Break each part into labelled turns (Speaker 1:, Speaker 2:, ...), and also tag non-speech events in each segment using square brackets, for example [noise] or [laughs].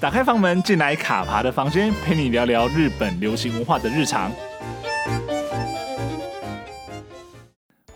Speaker 1: 打开房门，进来卡爬的房间，陪你聊聊日本流行文化的日常。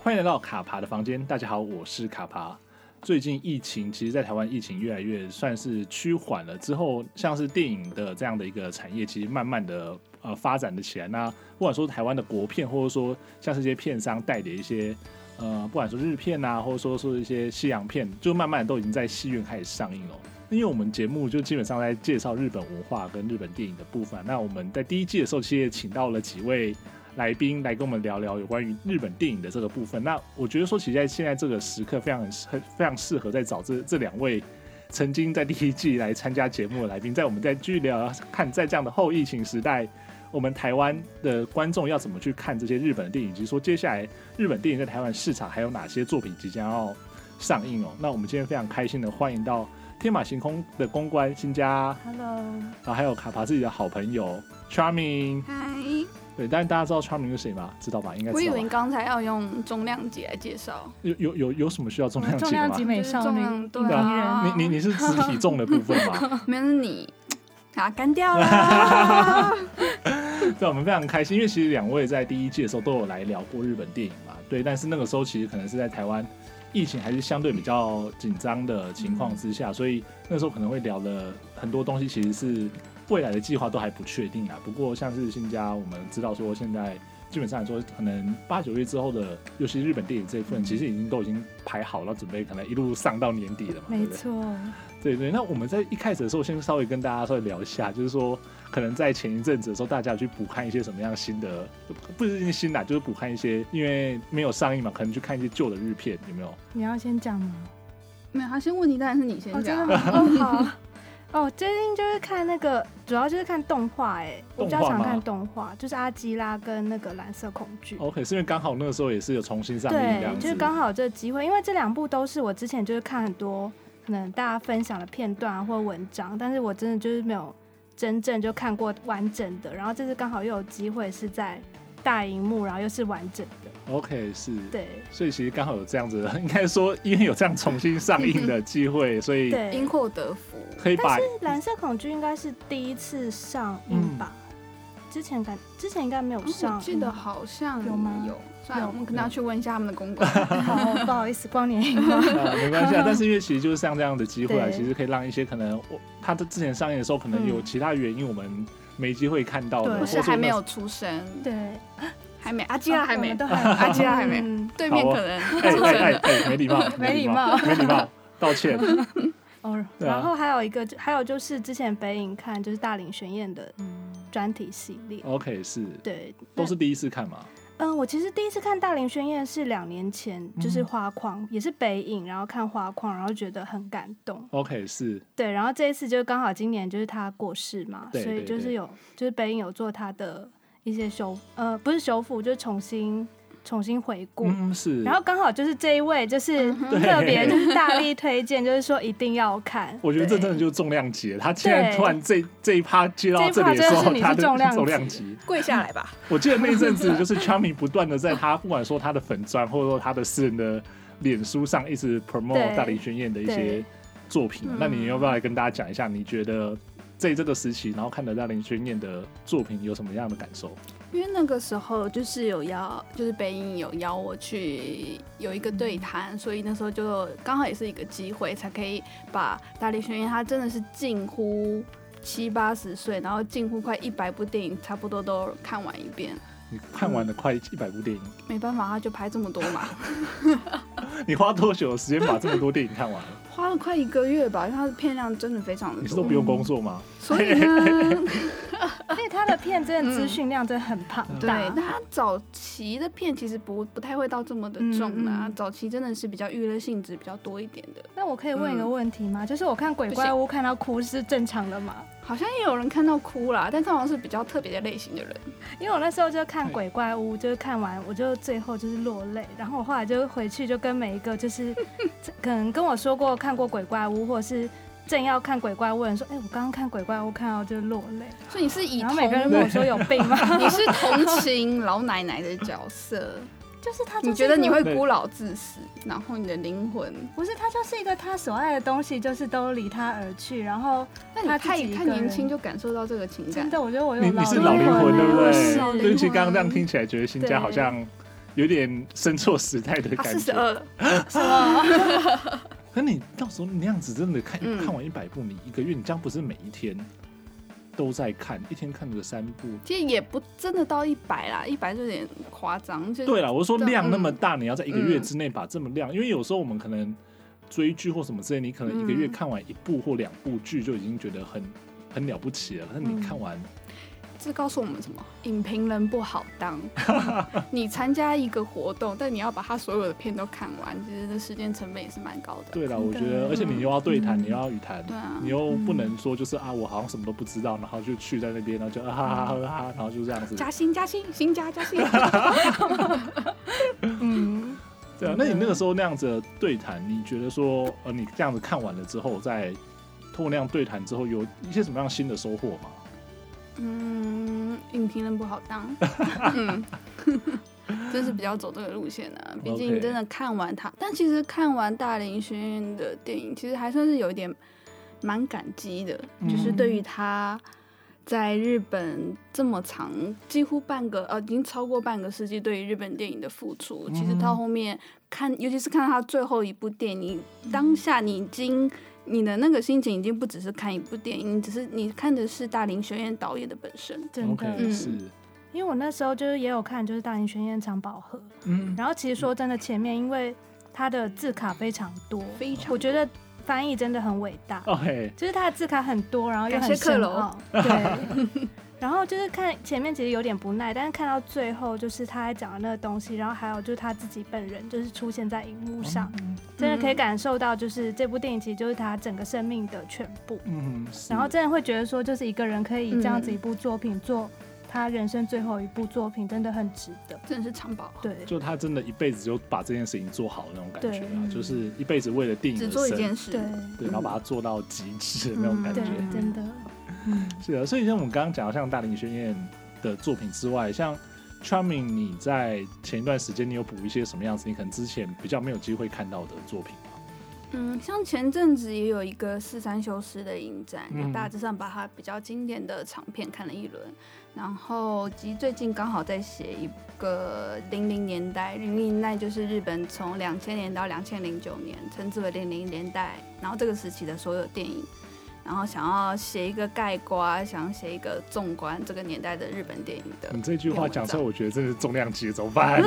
Speaker 1: 欢迎来到卡爬的房间，大家好，我是卡爬。最近疫情，其实，在台湾疫情越来越算是趋缓了。之后，像是电影的这样的一个产业，其实慢慢的呃发展了起来。那不管说台湾的国片，或者说像是一些片商带的一些呃，不管说日片啊，或者说是一些西洋片，就慢慢都已经在戏院开始上映了。因为我们节目就基本上在介绍日本文化跟日本电影的部分，那我们在第一季的时候，其实也请到了几位来宾来跟我们聊聊有关于日本电影的这个部分。那我觉得说，其实在现在这个时刻，非常 [laughs] 很非常适合在找这这两位曾经在第一季来参加节目的来宾，在我们在继续聊看在这样的后疫情时代，我们台湾的观众要怎么去看这些日本的电影，以及说接下来日本电影在台湾市场还有哪些作品即将要上映哦。那我们今天非常开心的欢迎到天马行空的公关新家， [laughs]
Speaker 2: Hello，
Speaker 1: 然后还有卡帕自己的好朋友 Charming。
Speaker 2: 嗨，
Speaker 1: 对，但是大家知道 Charming 是谁吗？知道吧？应该
Speaker 2: 我
Speaker 1: 知
Speaker 2: 以
Speaker 1: 道
Speaker 2: 为
Speaker 1: 吧。
Speaker 2: 你刚才要用重量级来介绍，
Speaker 1: 有有有有什么需要重量级
Speaker 3: 重
Speaker 1: 的
Speaker 3: 量
Speaker 1: 吗
Speaker 3: 级？美少女，
Speaker 2: 就是重量
Speaker 3: 名
Speaker 2: 对啊
Speaker 3: 人，
Speaker 1: 你你你是指体重的部分吗？
Speaker 2: [laughs] 没有是你啊，干掉 [laughs] 了。
Speaker 1: 对，我们非常开心，因为其实两位在第一季的时候都有来聊过日本电影嘛。对，但是那个时候其实可能是在台湾疫情还是相对比较紧张的情况之下，所以那时候可能会聊了很多东西，其实是未来的计划都还不确定啊。不过像是新家，我们知道说现在基本上来说，可能八九月之后的，尤其日本电影这一部分，其实已经都已经排好了，准备可能一路上到年底了嘛。对
Speaker 3: 没
Speaker 1: 不对
Speaker 3: 错，
Speaker 1: 对对，那我们在一开始的时候，先稍微跟大家稍微聊一下，就是说，可能在前一阵子的时候，大家有去补看一些什么样新的，不是一定新的啊，就是补看一些，因为没有上映嘛，可能去看一些旧的日片，有没有？
Speaker 3: 你要先讲吗？
Speaker 2: 没有，他先问你，当然是你先
Speaker 3: 哦，真的吗？
Speaker 2: 讲。[laughs]
Speaker 3: 哦，好，哦，最近就是看那个，主要就是看动画，哎，我比较
Speaker 1: 动画吗哦
Speaker 3: 常看动画，就是阿基拉跟那个蓝色恐惧。
Speaker 1: OK，是因为刚好那个时候也是有重新上映这
Speaker 3: 对
Speaker 1: 样，子，
Speaker 3: 就是刚好这个机会，因为这两部都是我之前就是看很多可能大家分享的片段啊或文章，但是我真的就是没有真正就看过完整的，然后这次刚好又有机会是在大荧幕，然后又是完整的，
Speaker 1: OK 是，
Speaker 3: 对
Speaker 1: 所以其实刚好有这样子 [laughs] 的，应该说因为有这样重新上映的机会，所以
Speaker 3: 对。
Speaker 2: 因祸得福，
Speaker 1: 可以把
Speaker 3: 蓝色恐惧应该是第一次上映
Speaker 1: 嗯
Speaker 3: 吧？之前感之前应该没有上，
Speaker 2: 哦我记得好像
Speaker 3: 有吗
Speaker 2: 有，算了，
Speaker 3: 有
Speaker 2: 我们可能要去问一下他们的
Speaker 3: [laughs]
Speaker 2: 公关。
Speaker 3: 好，哦不好意思，光年荧
Speaker 2: [laughs]
Speaker 3: 光。
Speaker 1: 啊，没关系
Speaker 3: [laughs]
Speaker 1: 啊。但是因为其实就是像这样的机会啊，
Speaker 3: 对
Speaker 1: 其实可以让一些可能我他的之前上映的时候，可能
Speaker 3: 嗯
Speaker 1: 有其他原因我们没机会看到的，
Speaker 3: 对
Speaker 1: 或
Speaker 2: 我
Speaker 3: 我
Speaker 2: 是
Speaker 1: 者
Speaker 2: 还没有出生，
Speaker 3: [laughs] 对，
Speaker 2: 还没阿基拉还
Speaker 3: 我
Speaker 2: 没
Speaker 3: 们，
Speaker 2: [laughs]
Speaker 3: 都
Speaker 2: 阿
Speaker 3: 还
Speaker 2: 基拉还没，
Speaker 3: 嗯
Speaker 2: 对面可
Speaker 1: [laughs]
Speaker 3: [laughs]
Speaker 2: 能
Speaker 1: 哎哎哎哎，没礼貌，
Speaker 3: 没礼
Speaker 1: 貌， [laughs]
Speaker 3: 貌。
Speaker 1: 没礼貌，道歉。
Speaker 3: [laughs] 哦，
Speaker 1: 对啊
Speaker 3: 然后还有一个，还有就是之前北影看就是大林宣彦的
Speaker 2: 嗯
Speaker 3: 专题系列。
Speaker 1: OK，是
Speaker 3: 对，
Speaker 1: 都是第一次看嘛？
Speaker 3: 那嗯，我其实第一次看大林宣彦是两年前，就是
Speaker 1: 嗯
Speaker 3: 花框，也是北影，然后看花框，然后觉得很感动。
Speaker 1: OK，是
Speaker 3: 对，然后这一次就刚好今年就是他过世嘛，
Speaker 1: 对
Speaker 3: 所以
Speaker 1: 对
Speaker 3: 就是
Speaker 1: 对
Speaker 3: 有就是北影有做他的一些修呃不是修复，就是重新重新回顾。
Speaker 1: 嗯是。
Speaker 3: 然后刚好就是这一位，就是
Speaker 2: 嗯哼
Speaker 1: 对
Speaker 3: 特别就是大力推荐，就是说一定要看。
Speaker 1: 我觉得这
Speaker 3: 对
Speaker 1: 真的就是重量级了，他竟然
Speaker 3: 对
Speaker 1: 突然这这一趴接到这
Speaker 3: 这一趴
Speaker 1: 里的时
Speaker 3: 真的
Speaker 1: 候
Speaker 3: 是，你
Speaker 1: 他
Speaker 3: 是
Speaker 1: 就
Speaker 3: 重量级
Speaker 1: 重量级。
Speaker 2: 跪下来吧。
Speaker 1: 我记得那一阵
Speaker 3: [laughs]
Speaker 1: 子就是 Charmy 不断的在他不管说他的粉砖，或者说他的私人的脸书上一直 promote
Speaker 3: 对
Speaker 1: 大林宣彦的一些
Speaker 3: 对
Speaker 1: 作品啊
Speaker 2: 嗯。
Speaker 1: 那你要不要来跟大家讲一下，你觉得在这个时期，然后看得到林宣彦的作品有什么样的感受？
Speaker 2: 因为那个时候就是有邀，就是北影有邀我去有一个对谈，所以那时候就刚好也是一个机会，才可以把大力宣言，他真的是近乎七八十岁，然后近乎快一百部电影，差不多都看完一遍。
Speaker 1: 你看完了快一百部电影，
Speaker 2: 没办法，他就拍这么多嘛，
Speaker 1: 你花多久的时间把这么多电影看
Speaker 2: [laughs]
Speaker 1: 完了？
Speaker 2: 花了快一个月吧，因为他的片量真的非常
Speaker 1: 你
Speaker 2: 的啊
Speaker 1: 是都
Speaker 2: 多。
Speaker 1: 不用工作吗？
Speaker 2: 所以呢，
Speaker 3: 而且他的片真的资讯量真的很庞
Speaker 2: 嗯对，
Speaker 3: 大。
Speaker 2: 但他早期的片其实不不太会到这么的重
Speaker 3: 嗯
Speaker 2: 啦、
Speaker 3: 嗯
Speaker 2: 早期真的是比较娱乐性质比较多一点的。
Speaker 3: 那我可以问一个
Speaker 2: 嗯
Speaker 3: 问题吗？就是我看鬼怪屋看到哭是正常的吗？
Speaker 2: 好像也有人看到哭啦，但他好像是比较特别的类型的人。
Speaker 3: 因为我那时候就看鬼怪屋，就是看完我就最后就是落泪，然后我后来就回去就跟每一个就是 [laughs] 可能跟我说过看过鬼怪屋，或者是正要看鬼怪屋的人说，哎、我刚刚看鬼怪屋看到就落泪，
Speaker 2: 所以你是以
Speaker 3: 然后
Speaker 2: 同
Speaker 3: 每个人问我说有病吗？
Speaker 2: [laughs] 你是同情老奶奶的角色，
Speaker 3: [laughs] 就是他就是
Speaker 2: 你
Speaker 3: 一个，
Speaker 2: 觉得你会孤老致死，然后你的灵魂，
Speaker 3: 不是他就是一个他所爱的东西，就是都离他而去，然后
Speaker 2: 那你
Speaker 3: 他自己
Speaker 2: 太
Speaker 3: 一个
Speaker 2: 太
Speaker 3: 人
Speaker 2: 年轻就感受到这个情
Speaker 3: 真
Speaker 2: 感，
Speaker 3: 的我觉得我有
Speaker 1: 你你是
Speaker 2: 灵
Speaker 1: 老灵魂
Speaker 2: 魂
Speaker 1: 对不
Speaker 2: 啊
Speaker 1: 对？
Speaker 2: 老
Speaker 1: 对不起，
Speaker 2: 灵
Speaker 1: 刚刚这样
Speaker 2: 魂
Speaker 1: 听起来觉得新家好
Speaker 3: 对
Speaker 1: 像有点生错时代的
Speaker 2: 他
Speaker 1: 感
Speaker 2: 四
Speaker 1: 觉。
Speaker 2: 十二了，
Speaker 3: 什么？
Speaker 1: 可你到时候你那样子真的看、
Speaker 2: 嗯
Speaker 1: 看完一百部，你一个月你这样不是每一天都在看，一天看个三部。
Speaker 2: 其实也不真的到一百啦，一百就有点夸张，就是
Speaker 1: 对了，我说
Speaker 2: 对
Speaker 1: 量那么
Speaker 2: 嗯
Speaker 1: 大，你要在一个月
Speaker 2: 嗯
Speaker 1: 之内把这么量，因为有时候我们可能追剧或什么之类，你可能一个月
Speaker 2: 嗯
Speaker 1: 看完一部或两部剧就已经觉得很很了不起了。可是你
Speaker 3: 嗯
Speaker 1: 看完，
Speaker 2: [laughs] 这告诉我们什么？影评人不好 [laughs] 当。你参加一个活动，但你要把他所有的片都看完，其实这时间成本也是蛮高的。
Speaker 1: 对了，
Speaker 3: 真
Speaker 1: 我觉
Speaker 3: 的
Speaker 1: 得，而且你又要对谈，
Speaker 3: 嗯
Speaker 1: 你又要语谈，
Speaker 2: 对啊，
Speaker 1: 你又不
Speaker 3: 嗯
Speaker 1: 能说就是啊，我好像什么都不知道，然后就去在那边，然后就啊哈哈哈哈，然后就这样子。
Speaker 2: 加薪加薪，新加加薪。
Speaker 3: 嗯，
Speaker 1: 对啊，那你那个时候那样子的对谈，你觉得说，呃，你这样子看完了之后，在透过那样对谈之后，有一些什么样新的收获吗？
Speaker 2: 嗯，影评人不好当。嗯， [laughs] 真是比较走这个路线啊。毕
Speaker 1: OK
Speaker 2: 竟真的看完他，但其实看完大林学院的电影，其实还算是有一点蛮感激的，就是
Speaker 3: 嗯
Speaker 2: 对于他。在日本这么长，几乎半个呃，已经超过半个世纪对于日本电影的付出，其实到
Speaker 1: 嗯
Speaker 2: 后面看，尤其是看到他最后一部电影，你
Speaker 3: 嗯
Speaker 2: 当下你已经你的那个心情已经不只是看一部电影，你只是你看的是大林学院导演的本身。
Speaker 3: 真
Speaker 1: OK，
Speaker 3: 的，
Speaker 2: 嗯
Speaker 1: 是，
Speaker 3: 因为我那时候就是也有看，就是《大型学院长饱和》，
Speaker 1: 嗯，
Speaker 3: 然后其实说真的，前面因为他的字卡非常多，
Speaker 2: 非常
Speaker 3: 我觉得翻译真的很伟大，
Speaker 1: OK，
Speaker 3: 就是他的字卡很多，然后又
Speaker 2: 感谢
Speaker 3: 很
Speaker 2: 克
Speaker 3: 深
Speaker 2: 隆
Speaker 3: 奥，
Speaker 1: [laughs]
Speaker 3: 对。然后就是看前面其实有点不耐，但是看到最后就是他在讲的那个东西，然后还有就是他自己本人就是出现在荧幕
Speaker 1: 哦
Speaker 3: 上，
Speaker 1: 嗯
Speaker 3: 真的
Speaker 2: 嗯
Speaker 3: 可以感受到就是这部电影其实就是他整个生命的全部。
Speaker 1: 嗯，
Speaker 3: 然后真的会觉得说，就是一个人可以这样子
Speaker 2: 嗯
Speaker 3: 一部作品做他人生最后一部作品，真的很值得。
Speaker 2: 真的是长宝，
Speaker 3: 对，
Speaker 1: 就他真的一辈子就把这件事情做好那种感觉啊，
Speaker 3: 对
Speaker 1: 就是一辈子为了电影
Speaker 2: 只
Speaker 1: 而
Speaker 2: 做一
Speaker 1: 生
Speaker 2: 件事。
Speaker 3: 对，
Speaker 1: 对，然后把它做到极致的那种感觉。
Speaker 3: 对，真的，
Speaker 1: 是的，所以像我们刚刚讲到，像大林宣彦的作品之外，像 Charming，你在前一段时间你有补一些什么样子？你可能之前比较没有机会看到的作品吗？
Speaker 2: 嗯，像前阵子也有一个四三修斯的影展，
Speaker 1: 嗯
Speaker 2: 就大致上把它比较经典的长片看了一轮，然后及最近刚好在写一个零零年代，零零年代就是日本从两千年到两千零九年，称之为零零年代，然后这个时期的所有电影。然后想要写一个概括，啊想写一个纵观这个年代的日本电影的，
Speaker 1: 你这句话讲出来，
Speaker 2: 有
Speaker 1: 我觉得真的是重量级，怎么
Speaker 2: [laughs]
Speaker 1: 办？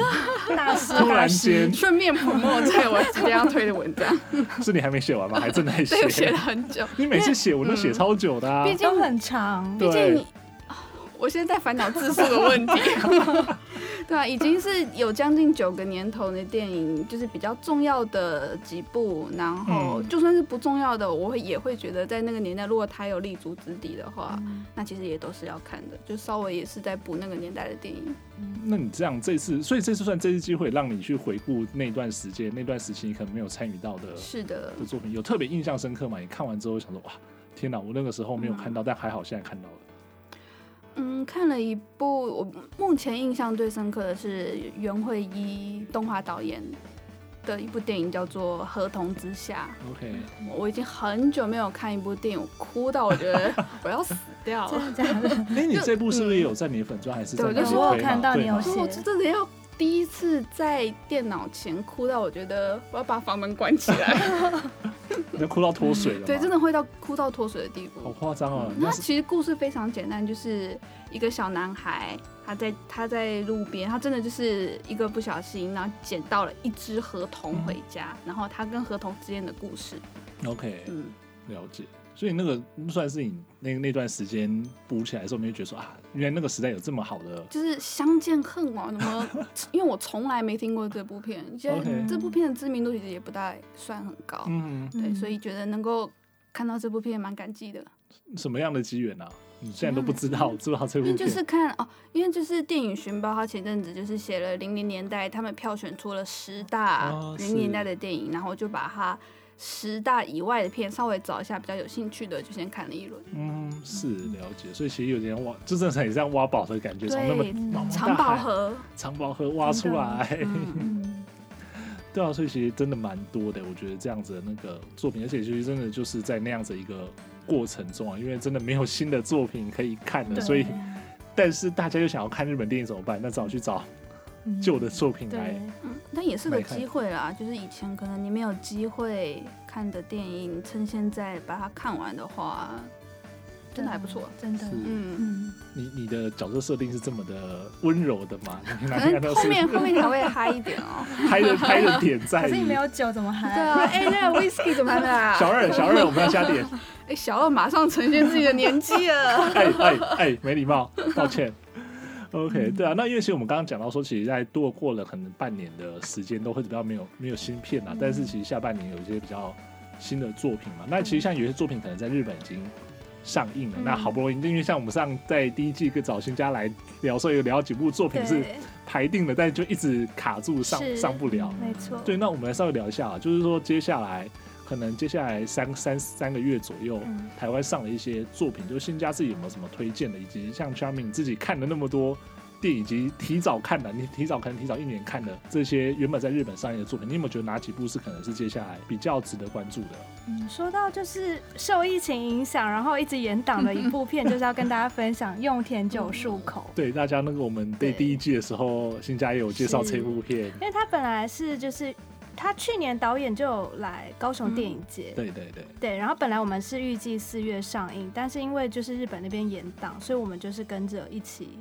Speaker 3: 大师
Speaker 1: 突然
Speaker 3: 大
Speaker 1: 间
Speaker 3: 师，
Speaker 2: 顺便泼墨在我即将推的文章，
Speaker 1: 是你还没写完吗？还正在
Speaker 2: [laughs] 对，我写
Speaker 1: 写
Speaker 2: 了？很久。
Speaker 1: 你每次写我都写超久的啊！
Speaker 2: 嗯毕竟
Speaker 3: 都很长，
Speaker 1: 对
Speaker 2: 毕竟你， [laughs] 我现在在烦恼字数的问题。 [laughs] 对啊，已经是有将近九个年头的电影，就是比较重要的几部，然后
Speaker 1: 嗯
Speaker 2: 就算是不重要的，我会也会觉得在那个年代，如果它有立足之地的话，
Speaker 1: 嗯
Speaker 2: 那其实也都是要看的，就稍微也是在补那个年代的电影。
Speaker 3: 嗯
Speaker 1: 那你这样这次，所以这次算这次机会让你去回顾那段时间、那段时期你可能没有参与到的
Speaker 2: 是的，
Speaker 1: 的作品，有特别印象深刻吗？你看完之后想说，哇，天哪，我那个时候没有看到，但还好现在看到了。
Speaker 2: 嗯，看了一部，我目前印象最深刻的是袁慧一动画导演的一部电影，叫做《合同之下》。
Speaker 1: OK，
Speaker 2: 我已经很久没有看一部电影，我哭到我觉得 [laughs] 我要死
Speaker 3: [laughs]
Speaker 2: 掉了。
Speaker 3: 真的假的？
Speaker 1: 哎、你这部是不是也有在你的粉砖还是在
Speaker 2: 嗯
Speaker 1: 哪
Speaker 2: 对
Speaker 1: 里推
Speaker 2: 我就
Speaker 1: 嘛？
Speaker 2: 说
Speaker 3: 我有看到你有
Speaker 1: 对嘛
Speaker 2: 我
Speaker 3: 是
Speaker 2: 真的要第一次在电脑前哭到，我觉得我要把房门关起来。
Speaker 1: 你都哭到脱水了嘛。
Speaker 2: 对，真
Speaker 1: 的
Speaker 2: 的嗯会到哭到脱水的地
Speaker 1: 好
Speaker 2: 步。
Speaker 1: 夸张哦！
Speaker 2: 那
Speaker 1: 那是
Speaker 2: 其实故事非常简单，就是一个小男孩，他在他在路边，他真的就是一个不小心，然后捡到了一只河童
Speaker 1: 嗯
Speaker 2: 回家，然后他跟河童之间的故事。
Speaker 1: OK，
Speaker 2: 嗯，
Speaker 1: 了解。所以那个算是你那那段时间补起来的时候，你就觉得说啊，原来那个时代有这么好的。
Speaker 2: 就是相见恨晚，什么？ [laughs] 因为我从来没听过这部片，觉得
Speaker 1: OK
Speaker 2: 这部片的知名度其实也不大算很高，
Speaker 1: 嗯，
Speaker 2: 对，所以觉得能够看到这部片蛮感激的。
Speaker 1: 什么样的机缘啊？你现在都不知道，知道这部
Speaker 2: 因
Speaker 1: 片
Speaker 2: 为嗯就是看哦，因为就是电影寻宝，他前阵子就是写了零零年代，他们票选出了十大
Speaker 1: 哦
Speaker 2: 零零年
Speaker 1: 是
Speaker 2: 代的电影，然后就把它。十大以外的片稍微找一下比较有兴趣的，就先看了一轮。
Speaker 1: 嗯，是了解，所以其实有点挖，就真的很像挖宝的感觉，从那么
Speaker 2: 对，嗯
Speaker 1: 茫茫
Speaker 2: 长
Speaker 1: 大
Speaker 2: 饱
Speaker 1: 海
Speaker 2: 和，
Speaker 1: 长饱和挖出来。 [laughs]
Speaker 3: 嗯，
Speaker 1: 对啊，所以其实真的蛮多的，我觉得这样子的那个作品，而且其实真的就是在那样子一个过程中啊，因为真的没有新的作品可以看了，
Speaker 3: 对
Speaker 1: 所以但是大家又想要看日本电影怎么办？那只好去找旧的作品来
Speaker 3: 对，
Speaker 2: 嗯，但也是个
Speaker 1: 没看
Speaker 2: 机会啦。就是以前可能你没有机会看的电影，趁现在把它看完的话，真的还不错。
Speaker 3: 真的
Speaker 1: 是，
Speaker 2: 嗯，
Speaker 3: 嗯，
Speaker 1: 你你的角色设定是这么的温柔的吗？你哪
Speaker 2: 可
Speaker 1: 天看
Speaker 2: 能
Speaker 1: 到
Speaker 2: 后
Speaker 1: 是
Speaker 2: 面后面才会嗨一点哦。
Speaker 1: 拍的拍的点在
Speaker 3: 可是
Speaker 1: 于
Speaker 3: 你没有酒怎么还？
Speaker 2: [laughs] 对啊，哎，那个 whisky 怎么还没来啊？
Speaker 1: 小二小二，我们要加点，
Speaker 2: 哎，小二马上呈现自己的年纪 [laughs] 了。
Speaker 1: 哎哎哎，没礼貌，抱
Speaker 3: [laughs]
Speaker 1: 歉。OK，对
Speaker 3: 嗯
Speaker 1: 啊，那因为其实我们刚刚讲到说，其实在度过了可能半年的时间，都会比较没有没有新片
Speaker 3: 嗯
Speaker 1: 啊，但是其实下半年有一些比较新的作品嘛。那其实像有些作品可能在日本已经上映了，
Speaker 3: 嗯
Speaker 1: 那好不容易，因为像我们上在第一季跟找新家来聊的时候，有聊到几部作品是
Speaker 3: 对，
Speaker 1: 排定了，但就一直卡住上
Speaker 3: 是嗯
Speaker 1: 上不了。
Speaker 3: 没错，
Speaker 1: 对，那我们来稍微聊一下啊，就是说接下来可能接下来三三三个月左右，
Speaker 3: 嗯
Speaker 1: 台湾上了一些作品，就是新家自己有没有什么推荐的，以及像 Charming 你自己看了那么多电影，以及提早看的，你提早可能提早一年看的这些原本在日本上映的作品，你有没有觉得哪几部是可能是接下来比较值得关注的？
Speaker 3: 嗯，说到就是受疫情影响，然后一直延档的一部片，就是要跟大家分享《用田久树口》。
Speaker 1: 对大家那个我们对
Speaker 3: 对
Speaker 1: 第一季的时候，新家也有介绍这部片，
Speaker 3: 因为他本来是就是他去年导演就有来高雄电影节，
Speaker 1: 对对对，
Speaker 3: 对，然后本来我们是预计四月上映，但是因为就是日本那边延档，所以我们就是跟着一起。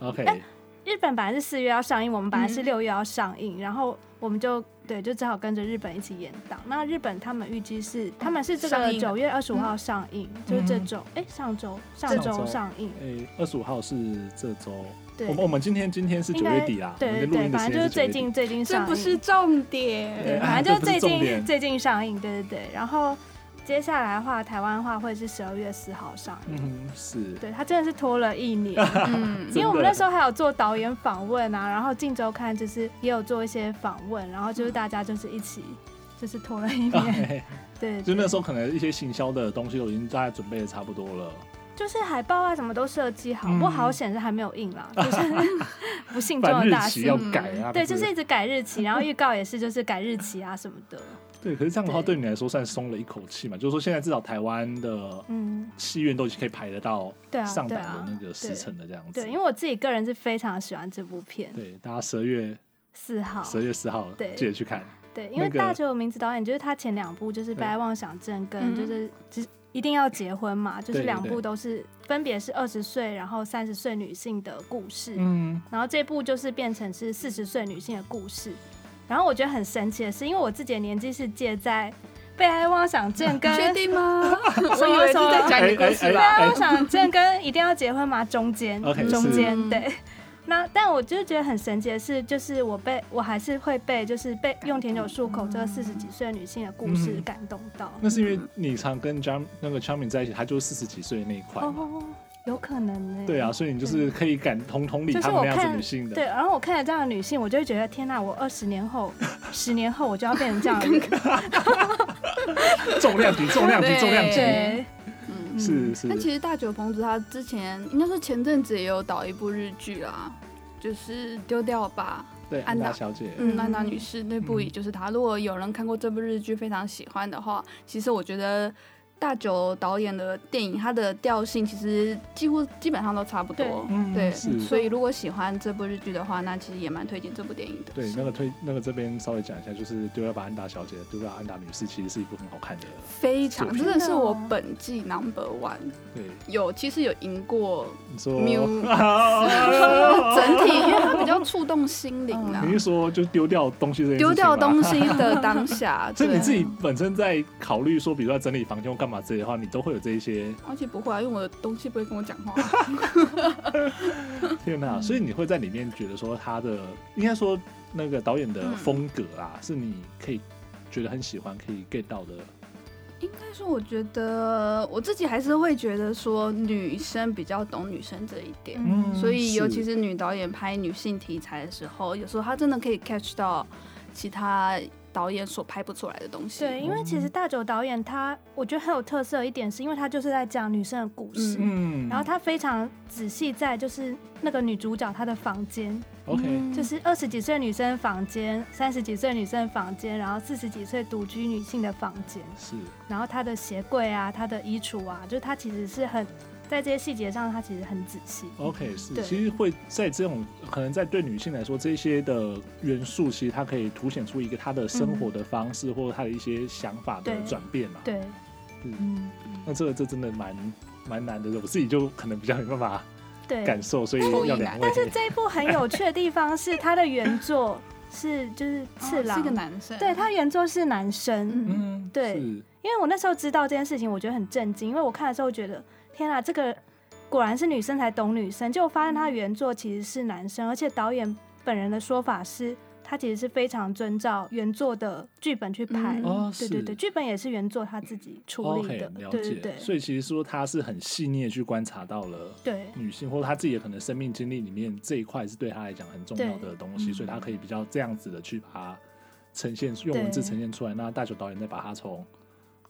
Speaker 1: ，OK，
Speaker 3: 哎日本本来是四月要上映，我们本来是
Speaker 2: 嗯
Speaker 3: 六月要上映，然后我们就对，就只好跟着日本一起延档。那日本他们预计是他们是这
Speaker 2: 上
Speaker 3: 个
Speaker 2: 映
Speaker 3: 九月二十五号上映，就是这周，哎、上周上
Speaker 1: 上
Speaker 3: 周
Speaker 1: 嗯周
Speaker 3: 上映，
Speaker 1: 诶，二十五号是这周，
Speaker 3: 对
Speaker 1: 我们我们今天今天是
Speaker 3: 应
Speaker 1: 九
Speaker 3: 该
Speaker 1: 月底啊啦，我们的
Speaker 3: 对对
Speaker 1: 录
Speaker 3: 对，
Speaker 1: 音的时
Speaker 3: 反
Speaker 1: 间9月
Speaker 3: 正就是最
Speaker 1: 底
Speaker 3: 近最近
Speaker 2: 这
Speaker 3: 上映，
Speaker 2: 不是重
Speaker 1: 对
Speaker 2: 点。
Speaker 3: 对，
Speaker 1: 啊
Speaker 3: 反正
Speaker 1: 这不
Speaker 3: 就是
Speaker 1: 是
Speaker 3: 最
Speaker 1: 重点
Speaker 3: 近最近上映，对对对。然后接下来的话，台湾的话会是十二月四号上映。
Speaker 1: 嗯哼，是， [laughs]
Speaker 3: 对，它真的是拖了一年，
Speaker 2: 嗯
Speaker 1: 真
Speaker 3: 因
Speaker 1: 的
Speaker 3: 为我们那时候还有做导演访问啊，然后《镜周刊》就是也有做一些访问，然后就是大家就是一起就是拖了一
Speaker 1: 啊
Speaker 3: 年，
Speaker 1: [laughs] 嘿嘿
Speaker 3: [laughs] 对，
Speaker 1: 就
Speaker 3: 对
Speaker 1: 那时候可能一些行销的东西都已经大家准备的差不多了，
Speaker 3: 就是海报啊什么都设计好，
Speaker 1: 嗯
Speaker 3: 不过好险是还没有印啦，就是 [laughs] 不幸中
Speaker 1: 反
Speaker 3: 的
Speaker 1: 日
Speaker 3: 大
Speaker 1: 期
Speaker 3: 幸
Speaker 1: 要。
Speaker 2: 嗯
Speaker 1: 改啊，
Speaker 3: 对，
Speaker 1: 不
Speaker 3: 就是一直改日期，然后预告也是就是改日期啊什么的，
Speaker 1: 对。可是这样的话，对
Speaker 3: 对
Speaker 1: 你来说算松了一口气嘛，就是说现在至少台湾的
Speaker 3: 嗯。
Speaker 1: 戏院都已经可以排得到
Speaker 3: 对啊，
Speaker 1: 上
Speaker 3: 对
Speaker 1: 档
Speaker 3: 啊
Speaker 1: 的那个时辰的这样子。
Speaker 3: 对，因为我自己个人是非常喜欢这部片，
Speaker 1: 对大家十二月
Speaker 3: 四号。
Speaker 1: 十二月十号
Speaker 3: 对
Speaker 1: 记得去看，
Speaker 3: 对，因
Speaker 1: 那
Speaker 3: 为
Speaker 1: 个
Speaker 3: 大久有名字导演就是他前两部就是《
Speaker 1: 对
Speaker 3: 白妄想症》
Speaker 2: 嗯
Speaker 3: 跟就是只一定要结婚嘛，就是
Speaker 1: 对
Speaker 3: 两
Speaker 1: 对
Speaker 3: 部都是分别是二十岁然后三十岁女性的故事，
Speaker 1: 嗯，
Speaker 3: 然后这部就是变成是四十岁女性的故事。然后我觉得很神奇的是，因为我自己的年纪是介在被爱妄想症跟
Speaker 2: [laughs] 确定吗？我
Speaker 3: 么
Speaker 2: 以为是在讲你的故事吧。
Speaker 1: 哎
Speaker 3: 我想这跟一定要结婚嘛，中间
Speaker 1: OK，
Speaker 3: 中间
Speaker 2: 是
Speaker 3: 对。那但我就是觉得很神奇的是，就是我被我还是会被就是被用田久树口这个四十几岁的女性的故事
Speaker 1: 嗯
Speaker 3: 感动到。
Speaker 1: 那是因为你常跟 Jam 那个 Charming 在一起，他就是四十几岁那一块嘛。
Speaker 3: 哦，有可能呢、
Speaker 1: 嗯对啊，，所以你就是可以感同同理
Speaker 3: 就是
Speaker 1: 他们
Speaker 3: 我
Speaker 1: 那样子
Speaker 3: 看
Speaker 1: 女性的，
Speaker 3: 对。然后我看了这样的女性，我就会觉得天哪，我二十
Speaker 1: [laughs]
Speaker 3: 年后、十年后我就要变成这样的人。
Speaker 1: 重量级、重量级、重量级，
Speaker 3: 对，
Speaker 2: 嗯，
Speaker 3: 嗯
Speaker 1: 是是
Speaker 2: 但。其实大久朋子他之前应该说前阵子也有导一部日剧啦，就是丢掉吧，
Speaker 1: 对，安
Speaker 2: 安
Speaker 1: 达
Speaker 2: 达
Speaker 1: 小姐，
Speaker 2: 嗯，
Speaker 3: 嗯
Speaker 2: 安达女士那部也就是他。如果有人看过这部日剧非常喜欢的话，其实我觉得。大久导演的电影，它的调性其实几乎基本上都差不多，
Speaker 1: 嗯
Speaker 2: 对，
Speaker 1: 是
Speaker 2: 所以如果喜欢这部日剧的话，那其实也蛮推荐这部电影的。
Speaker 1: 对，那个推那个这边稍微讲一下，就是丢掉吧安达小姐，丢掉吧安达女士，其实是一部很好看的，
Speaker 2: 非常
Speaker 1: 是
Speaker 2: 真的是
Speaker 3: 真的
Speaker 2: 我
Speaker 3: 哦
Speaker 2: 本季 number one，
Speaker 1: 对，
Speaker 2: 有其实有赢过
Speaker 1: 你说， [laughs]
Speaker 2: Mew 整体，因为它比较触动心灵啦
Speaker 1: 你。是说就丢掉东西这件事情
Speaker 2: 丢
Speaker 1: 吗
Speaker 2: 掉东，西的当
Speaker 1: [laughs]
Speaker 2: 下，
Speaker 1: 所以
Speaker 2: 对
Speaker 1: 你自己本身在考虑说，比如说整理房间或干嘛之类的话，你都会有这一些
Speaker 2: 而且不会啊，因为我的东西不会跟我讲话。嗯
Speaker 1: 天哪、所以你会在里面觉得说他的应该说那个导演的
Speaker 2: 嗯
Speaker 1: 风格啦，是你可以觉得很喜欢，可以 get 到的，
Speaker 2: 应该说，我觉得我自己还是会觉得说，女生比较懂女生这一点，
Speaker 1: 嗯
Speaker 2: 所以尤其
Speaker 1: 是
Speaker 2: 是女导演拍女性题材的时候，有时候她真的可以 catch 到其他导演所拍不出来的东西。
Speaker 3: 对，因为其实大九导演他，我觉得很有特色的一点，是因为他就是在讲女生的故事，
Speaker 1: 嗯，
Speaker 3: 然后他非常仔细在就是那个女主角她的房间，
Speaker 1: OK，
Speaker 2: 嗯
Speaker 3: 就是二十几岁女生的房间、三十几岁女生的房间，然后四十几岁独居女性的房间，
Speaker 1: 是
Speaker 3: 然后她的鞋柜啊、她的衣橱啊，就是她其实是很在这些细节上，她其实很仔细。
Speaker 1: OK，是，
Speaker 3: 嗯对
Speaker 1: 其实会在这种可能在对女性来说，这些的元素，其实它可以凸显出一个她的生活的方式，或者她的一些想法的
Speaker 3: 对
Speaker 1: 转变嘛。
Speaker 3: 对，嗯，
Speaker 1: 那这个这真的蛮蛮难的，我自己就可能比较没办法
Speaker 3: 对。
Speaker 1: 感受，所以
Speaker 2: 不
Speaker 1: 要
Speaker 2: 易
Speaker 1: 两位
Speaker 2: 难
Speaker 3: 但是这一部很有趣的地方是，它的原作是就是次
Speaker 2: 哦
Speaker 3: 郎，
Speaker 2: 是个男生，
Speaker 3: 对，
Speaker 2: [laughs]
Speaker 3: 他原作是男生，
Speaker 2: 嗯
Speaker 1: 嗯，
Speaker 3: 对
Speaker 1: 是
Speaker 3: 因为我那时候知道这件事情，我觉得很震惊，因为我看的时候觉得，天啊，这个果然是女生才懂女生。结果发现他原作其实是男生，而且导演本人的说法是，他其实是非常遵照原作的剧本去拍。
Speaker 2: 嗯
Speaker 1: 哦，是
Speaker 3: 对对对，剧本也是原作他自己处理
Speaker 1: OK，
Speaker 3: 的
Speaker 1: 了
Speaker 3: 对
Speaker 1: 解。
Speaker 3: 对对
Speaker 1: 所以其实说他是很细腻的去观察到了。
Speaker 3: 对
Speaker 1: 女性或者她自己的可能生命经历里面这一块是对她来讲很重要的东
Speaker 3: 嗯
Speaker 1: 西，
Speaker 2: 对
Speaker 1: 所以她可以比较这样子的去把它呈现，用文字呈现出来。那大九导演再把它从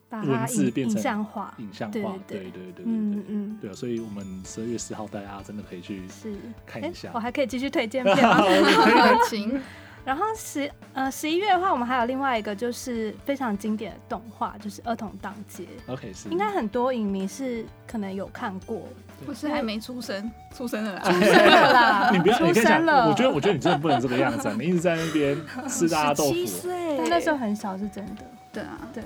Speaker 3: 把
Speaker 1: 文
Speaker 3: 它
Speaker 1: 字
Speaker 3: 影
Speaker 1: 变
Speaker 3: 影
Speaker 1: 成
Speaker 3: 像化，
Speaker 1: 影像化，
Speaker 3: 对
Speaker 1: 对对对
Speaker 3: 对
Speaker 1: 对
Speaker 3: 嗯
Speaker 1: 对
Speaker 3: 嗯，
Speaker 1: 对啊，所以我们十二月四号大家真的可以去
Speaker 3: 是。
Speaker 1: 看
Speaker 3: 哎
Speaker 1: 一下，
Speaker 3: 我。还可以继续推荐片
Speaker 1: [laughs]
Speaker 3: 吗？
Speaker 2: [laughs] 热情，
Speaker 3: 然后十呃十一月的话，我们还有另外一个就是非常经典的动画，就是《儿童档街》。
Speaker 1: OK，是呃
Speaker 3: 应该很多影迷是可能有看
Speaker 1: [laughs]
Speaker 3: 过，
Speaker 2: 我是还没出生，出生了啦，
Speaker 3: 出生了啦，
Speaker 1: 你不要，你
Speaker 3: 出
Speaker 1: 可以
Speaker 3: 生
Speaker 1: 讲，
Speaker 3: 了。
Speaker 1: 我觉得，我觉得你真的不能这个样子啊！你一直在那边吃大家豆
Speaker 3: [laughs]
Speaker 2: 17
Speaker 1: 腐
Speaker 2: 岁
Speaker 3: 但那时候很小，是真的。
Speaker 2: 对啊，
Speaker 3: 对，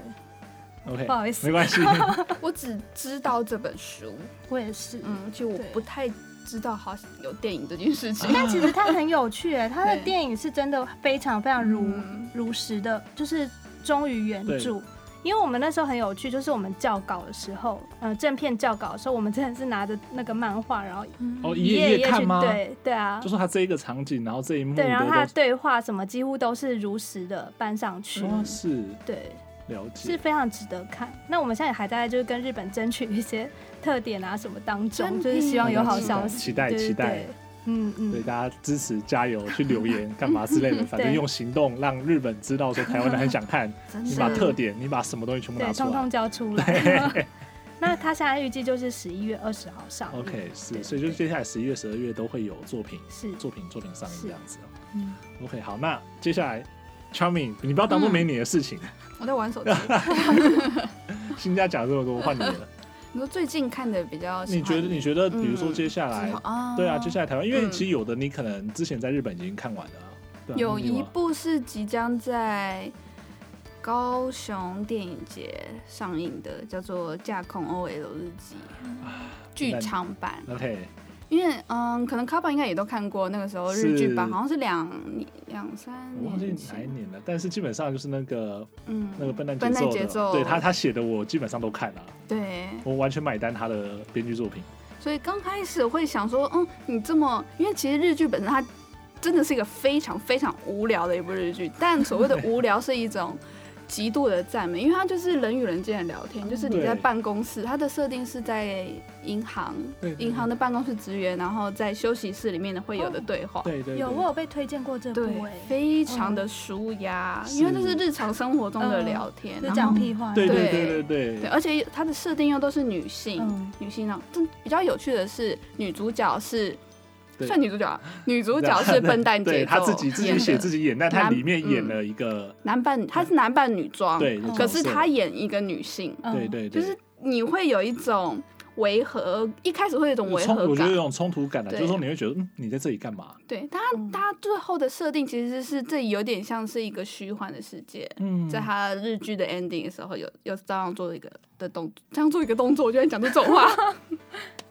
Speaker 1: ，OK，
Speaker 3: 不好意思
Speaker 1: 没关
Speaker 3: [laughs]
Speaker 1: 系，
Speaker 2: [laughs] 我只知道这本书，
Speaker 3: 我也是。
Speaker 2: 嗯，就我
Speaker 3: 对
Speaker 2: 不太知道好像有电影这件事情。
Speaker 3: 但其实它很有趣
Speaker 1: [laughs]
Speaker 3: 耶，它的
Speaker 2: 对
Speaker 3: 电影是真的非常非常如
Speaker 2: [laughs] 嗯
Speaker 3: 如实的，就是忠于原著。因为我们那时候很有趣，就是我们校稿的时候，呃，正片校稿的时候，我们真的是拿着那个漫画，然后
Speaker 2: 嗯
Speaker 1: 哦，一
Speaker 3: 一
Speaker 1: 页
Speaker 3: 页
Speaker 1: 一
Speaker 3: 一
Speaker 1: 页
Speaker 3: 页
Speaker 1: 看
Speaker 3: 去
Speaker 1: 吗？
Speaker 3: 对对啊
Speaker 1: 就，说他这一个场景，然后这一幕的
Speaker 3: 对，然后它
Speaker 1: 都
Speaker 3: 的对话什么几乎都是如实的搬上去，
Speaker 1: 哦是
Speaker 3: 对。
Speaker 1: 了解，
Speaker 3: 是非常值得看。那我们现在也还在就是跟日本争取一些特点啊什么当中，
Speaker 2: 真
Speaker 3: 就是希望有好消息，
Speaker 1: 期待
Speaker 3: 对
Speaker 1: 期待
Speaker 3: 对嗯
Speaker 1: 对
Speaker 3: 嗯，
Speaker 1: 大家支持加油，去留
Speaker 3: [laughs]
Speaker 1: 言干嘛之类的，反正
Speaker 3: 对
Speaker 1: 用行动让日本知道说台湾人很想看。
Speaker 2: 真
Speaker 1: 你
Speaker 2: 的啊
Speaker 1: 把特点，你把什么东西全部拿
Speaker 3: 对，
Speaker 1: 出
Speaker 3: 通
Speaker 1: 来。
Speaker 3: 通交出来。
Speaker 1: [laughs]
Speaker 3: 那他现在预计就是十一月二十号上映
Speaker 1: OK，是，
Speaker 3: 嗯对
Speaker 1: 所以就是接下来十一月、十二月都会有作品、
Speaker 3: 是
Speaker 1: 作品、作品上映
Speaker 3: 是
Speaker 1: 这样子哦。
Speaker 3: 嗯
Speaker 1: OK，好，那接下来 Charming，你不要当做没你的事情。 [laughs]
Speaker 2: 我在玩手机。
Speaker 1: 新家讲这么多，换
Speaker 3: [laughs]
Speaker 1: 你了。
Speaker 2: 你说最近看的比较喜欢
Speaker 1: 你觉
Speaker 2: 的，
Speaker 1: 得？你觉得，比如说
Speaker 2: 嗯
Speaker 1: 接下来，
Speaker 2: 啊
Speaker 1: 对啊，接下来台湾，因为
Speaker 2: 嗯
Speaker 1: 其实有的你可能之前在日本已经看完了啊。对啊
Speaker 2: 有
Speaker 1: 你吗
Speaker 2: 一部是即将在高雄电影节上映的，叫做《架空 OL 日记》
Speaker 1: 啊
Speaker 2: 剧场版。
Speaker 1: OK，
Speaker 2: 因为嗯，可能卡巴应该也都看过，那个时候日剧版
Speaker 1: 是
Speaker 2: 好像是两两三
Speaker 1: 我忘记
Speaker 2: 年
Speaker 1: 哪一
Speaker 2: 前，
Speaker 1: 年了，但是基本上就是那个
Speaker 2: 嗯，
Speaker 1: 那个笨蛋
Speaker 2: 笨蛋
Speaker 1: 节
Speaker 2: 节
Speaker 1: 奏的，
Speaker 2: 奏
Speaker 1: 对他他写的我基本上都看了，
Speaker 2: 对，
Speaker 1: 我完全买单他的编剧作品。
Speaker 2: 所以刚开始会想说，嗯，你这么，因为其实日剧本身它真的是一个非常非常无聊的一部日剧，但所
Speaker 1: [laughs]
Speaker 2: 谓的无聊是一种极度的赞美，因为它就是人与人之间的聊天，就是你
Speaker 1: 对
Speaker 2: 在办公室，它的设定是在银行
Speaker 1: 对，对
Speaker 2: 银行的办公室职员，然后在休息室里面的会有的对话。
Speaker 1: 对对
Speaker 3: 有我有被推荐过这
Speaker 2: 对
Speaker 3: 部哎，，
Speaker 2: 非常的舒压，
Speaker 1: 是
Speaker 2: 因为这是日常生活中的
Speaker 3: 嗯
Speaker 2: 聊天，
Speaker 3: 就
Speaker 2: 然
Speaker 3: 讲
Speaker 2: 后
Speaker 3: 屁话，
Speaker 1: 对
Speaker 2: 对
Speaker 1: 对对对
Speaker 2: 对，而且它的设定又都是女性，
Speaker 3: 嗯
Speaker 2: 女性呢，这比较有趣的是，女主角是
Speaker 1: 对
Speaker 2: 算女主角啊，女主角是笨蛋
Speaker 1: [laughs] 对
Speaker 2: 节奏
Speaker 1: 他自己自己写自
Speaker 2: 己
Speaker 1: 己演，但他
Speaker 2: 男
Speaker 1: 里面演了一个
Speaker 2: 男扮，她是男扮女装，
Speaker 1: 对的角色，
Speaker 2: 可是她演一个女性，啊
Speaker 3: 嗯
Speaker 1: 对对
Speaker 2: 嗯就
Speaker 1: 对，
Speaker 2: 是你会有一种违和，一开始会有一种违
Speaker 1: 冲
Speaker 2: 和
Speaker 1: 我觉得有
Speaker 2: 感，
Speaker 1: 种冲突感的，就
Speaker 2: 对
Speaker 1: 是说你会觉得嗯你在这里干嘛？
Speaker 2: 对，她
Speaker 3: 嗯
Speaker 2: 她最后的设定其实是这有点像是一个虚幻的世界。
Speaker 1: 嗯，
Speaker 2: 在她日剧的 ending 的时候，有有这样做一个的动，这样做一个动作，我居然讲出这种话，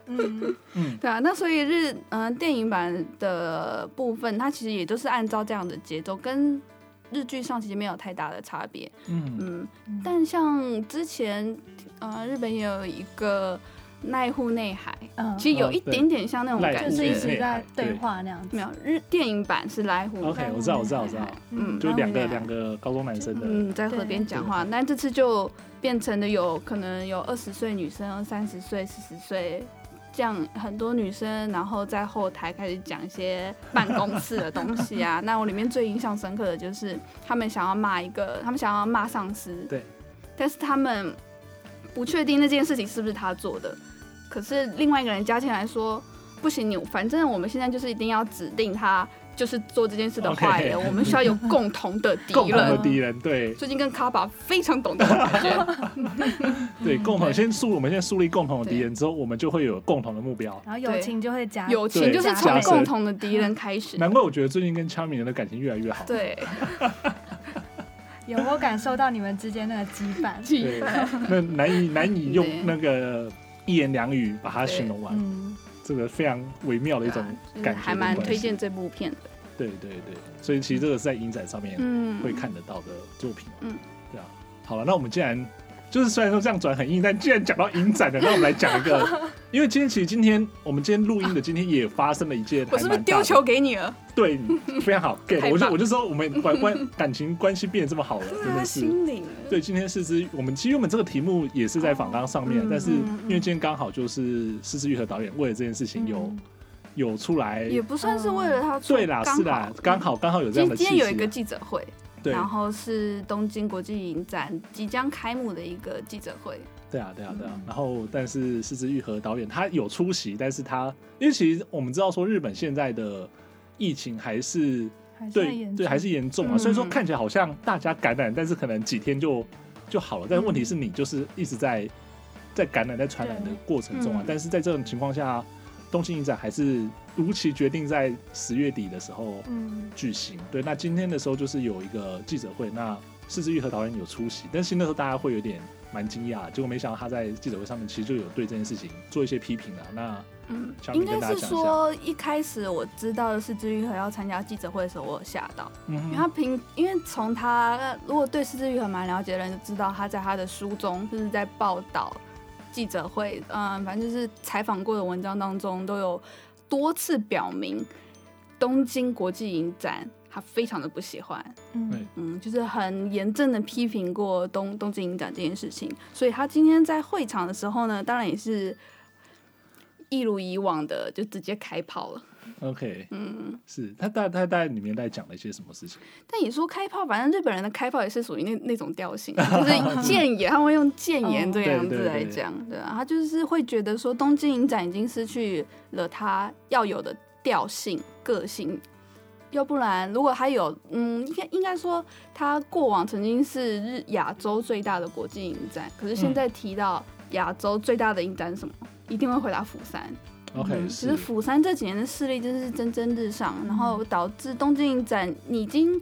Speaker 3: 嗯
Speaker 2: 对啊，那所以日嗯、电影版的部分，它其实也就是按照这样的节奏，跟日剧上其实没有太大的差别。
Speaker 1: 嗯
Speaker 2: 嗯，
Speaker 1: [laughs]
Speaker 3: 嗯
Speaker 2: 但像之前呃日本也有一个奈户内海，
Speaker 3: 嗯，
Speaker 2: 其实有
Speaker 1: 哦
Speaker 2: 一
Speaker 1: 对
Speaker 2: 点点像那种
Speaker 1: 濑户
Speaker 2: 感
Speaker 3: 就是一
Speaker 2: 觉。
Speaker 3: 直在对话那样子
Speaker 2: 没，有日电影版是濑户内海
Speaker 1: ，OK，我知道我知道我知道，
Speaker 2: 嗯，
Speaker 1: 就两个
Speaker 2: 濑户内海
Speaker 1: 两个高中男生的，
Speaker 2: 嗯，在河边讲话，但这次就变成了有可能有二十岁女生、三十岁、四十岁讲很多女生，然后在后台开始讲一些办公室的东西啊。 [laughs] 那我里面最印象深刻的就是他们想要骂一个，他们想要骂上司，
Speaker 1: 对，
Speaker 2: 但是他们不确定那件事情是不是他做的，可是另外一个人加进来说，不行，你反正我们现在就是一定要指定他就是做这件事的坏人
Speaker 1: OK
Speaker 2: 我们需要有共同的敌
Speaker 1: 共同的
Speaker 2: 人。
Speaker 1: 敌人，对
Speaker 2: 最近跟卡巴非常懂得感觉。
Speaker 1: [laughs] 对，共同
Speaker 2: 嗯对
Speaker 1: 先树，我们先树立共同的敌
Speaker 2: 对
Speaker 1: 人之后，我们就会有共同的目标。
Speaker 3: 然后友
Speaker 2: 对
Speaker 3: 情就会加
Speaker 2: 友情
Speaker 1: 对
Speaker 2: 就是
Speaker 1: 加深
Speaker 2: 从共同的敌人开始。
Speaker 1: 难怪我觉得最近跟枪迷人的感情越来越好。 [laughs]
Speaker 2: 对，
Speaker 3: 有我感受到你们之间那个羁
Speaker 1: [laughs]
Speaker 3: 绊。
Speaker 1: 对，那难以难以用
Speaker 2: 对
Speaker 1: 那个一言两语把它形容完，
Speaker 3: 嗯，
Speaker 1: 这个非常微妙的一种
Speaker 2: 啊就是
Speaker 1: 感觉。
Speaker 2: 还蛮推荐。这部片的。
Speaker 1: 对对对，所以其实这个是在影展上面
Speaker 2: 嗯，
Speaker 1: 会看得到的作品。
Speaker 2: 嗯，
Speaker 1: 对啊。好了，那我们既然就是虽然说这样转很硬，但既然讲到影展的，那我们来讲一
Speaker 2: [laughs]
Speaker 1: 个，因为今天其实今天我们今天录音的今天也发生了一件，
Speaker 2: 我是不是丢球？给你了？
Speaker 1: [laughs] 对， [laughs] 非常好
Speaker 2: 太
Speaker 1: ，get。
Speaker 2: 棒
Speaker 1: 我就我就说我们关关感情关系变得这么
Speaker 2: [laughs]
Speaker 1: 好了，真
Speaker 2: 啊
Speaker 1: 的是。
Speaker 2: 心领了。
Speaker 1: 对，今天是之我们其实我们这个题目也是在访纲上面，
Speaker 3: 哦嗯
Speaker 1: 但是
Speaker 3: 嗯
Speaker 1: 因为今天刚好就是四之愈合导演为了这件事情有、
Speaker 3: 嗯
Speaker 1: 有出来，
Speaker 2: 也不算是为了他出，
Speaker 1: 哎对啦
Speaker 2: 刚
Speaker 1: 是啦
Speaker 2: 好，
Speaker 1: 刚。好刚好有这
Speaker 2: 今
Speaker 1: 样的契
Speaker 2: 今
Speaker 1: 机啊。
Speaker 2: 天有一个记者会，哦
Speaker 1: 对
Speaker 2: 然后是东京国际影展即将开幕的一个记者会。
Speaker 1: 对啊对啊对啊
Speaker 3: 嗯，
Speaker 1: 然后但是四之愈合导演他有出席，但是他因为其实我们知道说日本现在的疫情还是
Speaker 3: 还是很
Speaker 1: 对
Speaker 3: 严
Speaker 1: 对
Speaker 3: 重
Speaker 1: 还是严重啊，
Speaker 2: 嗯
Speaker 1: 虽然说看起来好像大家感染，但是可能几天就就好了，但是问题
Speaker 2: 嗯
Speaker 1: 是你就是一直在在感染在传染的
Speaker 3: 对
Speaker 1: 过程中啊
Speaker 2: 嗯，
Speaker 1: 但是在这种情况下，东京影展还是如期决定在十月底的时候
Speaker 3: 嗯
Speaker 1: 举行。对，那今天的时候就是有一个记者会，那四之愈和导演有出席，但是那时候大家会有点蛮惊讶，结果没想到他在记者会上面其实就有对这件事情做一些批评啊。那
Speaker 2: 嗯
Speaker 1: 小，米
Speaker 2: 应
Speaker 1: 跟
Speaker 2: 该
Speaker 1: 大家
Speaker 2: 是
Speaker 1: 讲一下
Speaker 2: 说一开始我知道的是知愈和要参加记者会的时候，我有吓到，
Speaker 1: 嗯
Speaker 2: 因
Speaker 1: 哼
Speaker 2: 为他平，因为从他呃如果对失之愈合蛮了解的人，就知道他在他的书中就是在报道记者会，嗯，反正就是采访过的文章当中都有多次表明，东京国际影展他非常的不喜欢，
Speaker 1: 对
Speaker 3: 嗯
Speaker 2: 嗯，就是很严正的批评过东东京影展这件事情，所以他今天在会场的时候呢，当然也是一如以往的就直接开炮了。
Speaker 1: OK，
Speaker 2: 嗯，
Speaker 1: 是他大他大概里面大概讲了一些什么事情？
Speaker 2: 但也说开炮，反正日本人的开炮也是属于那那种调
Speaker 1: [laughs]
Speaker 2: 性，就是谏言，他们会用谏言
Speaker 3: 哦
Speaker 2: 这样
Speaker 1: 对
Speaker 2: 子
Speaker 1: 对
Speaker 2: 来
Speaker 1: 对
Speaker 2: 讲，对啊，他就是会觉得说东京影展已经失去了他要有的调性、个性。要不然，如果他有，嗯，应该应该说，他过往曾经是日亚洲最大的国际影展，可是现
Speaker 1: 嗯
Speaker 2: 在提到亚洲最大的影展是什么，一定会回答釜山。
Speaker 1: OK，、
Speaker 2: 嗯其
Speaker 1: 是
Speaker 2: 实釜山这几年的势力真是蒸蒸日上，然后导致东京影展已经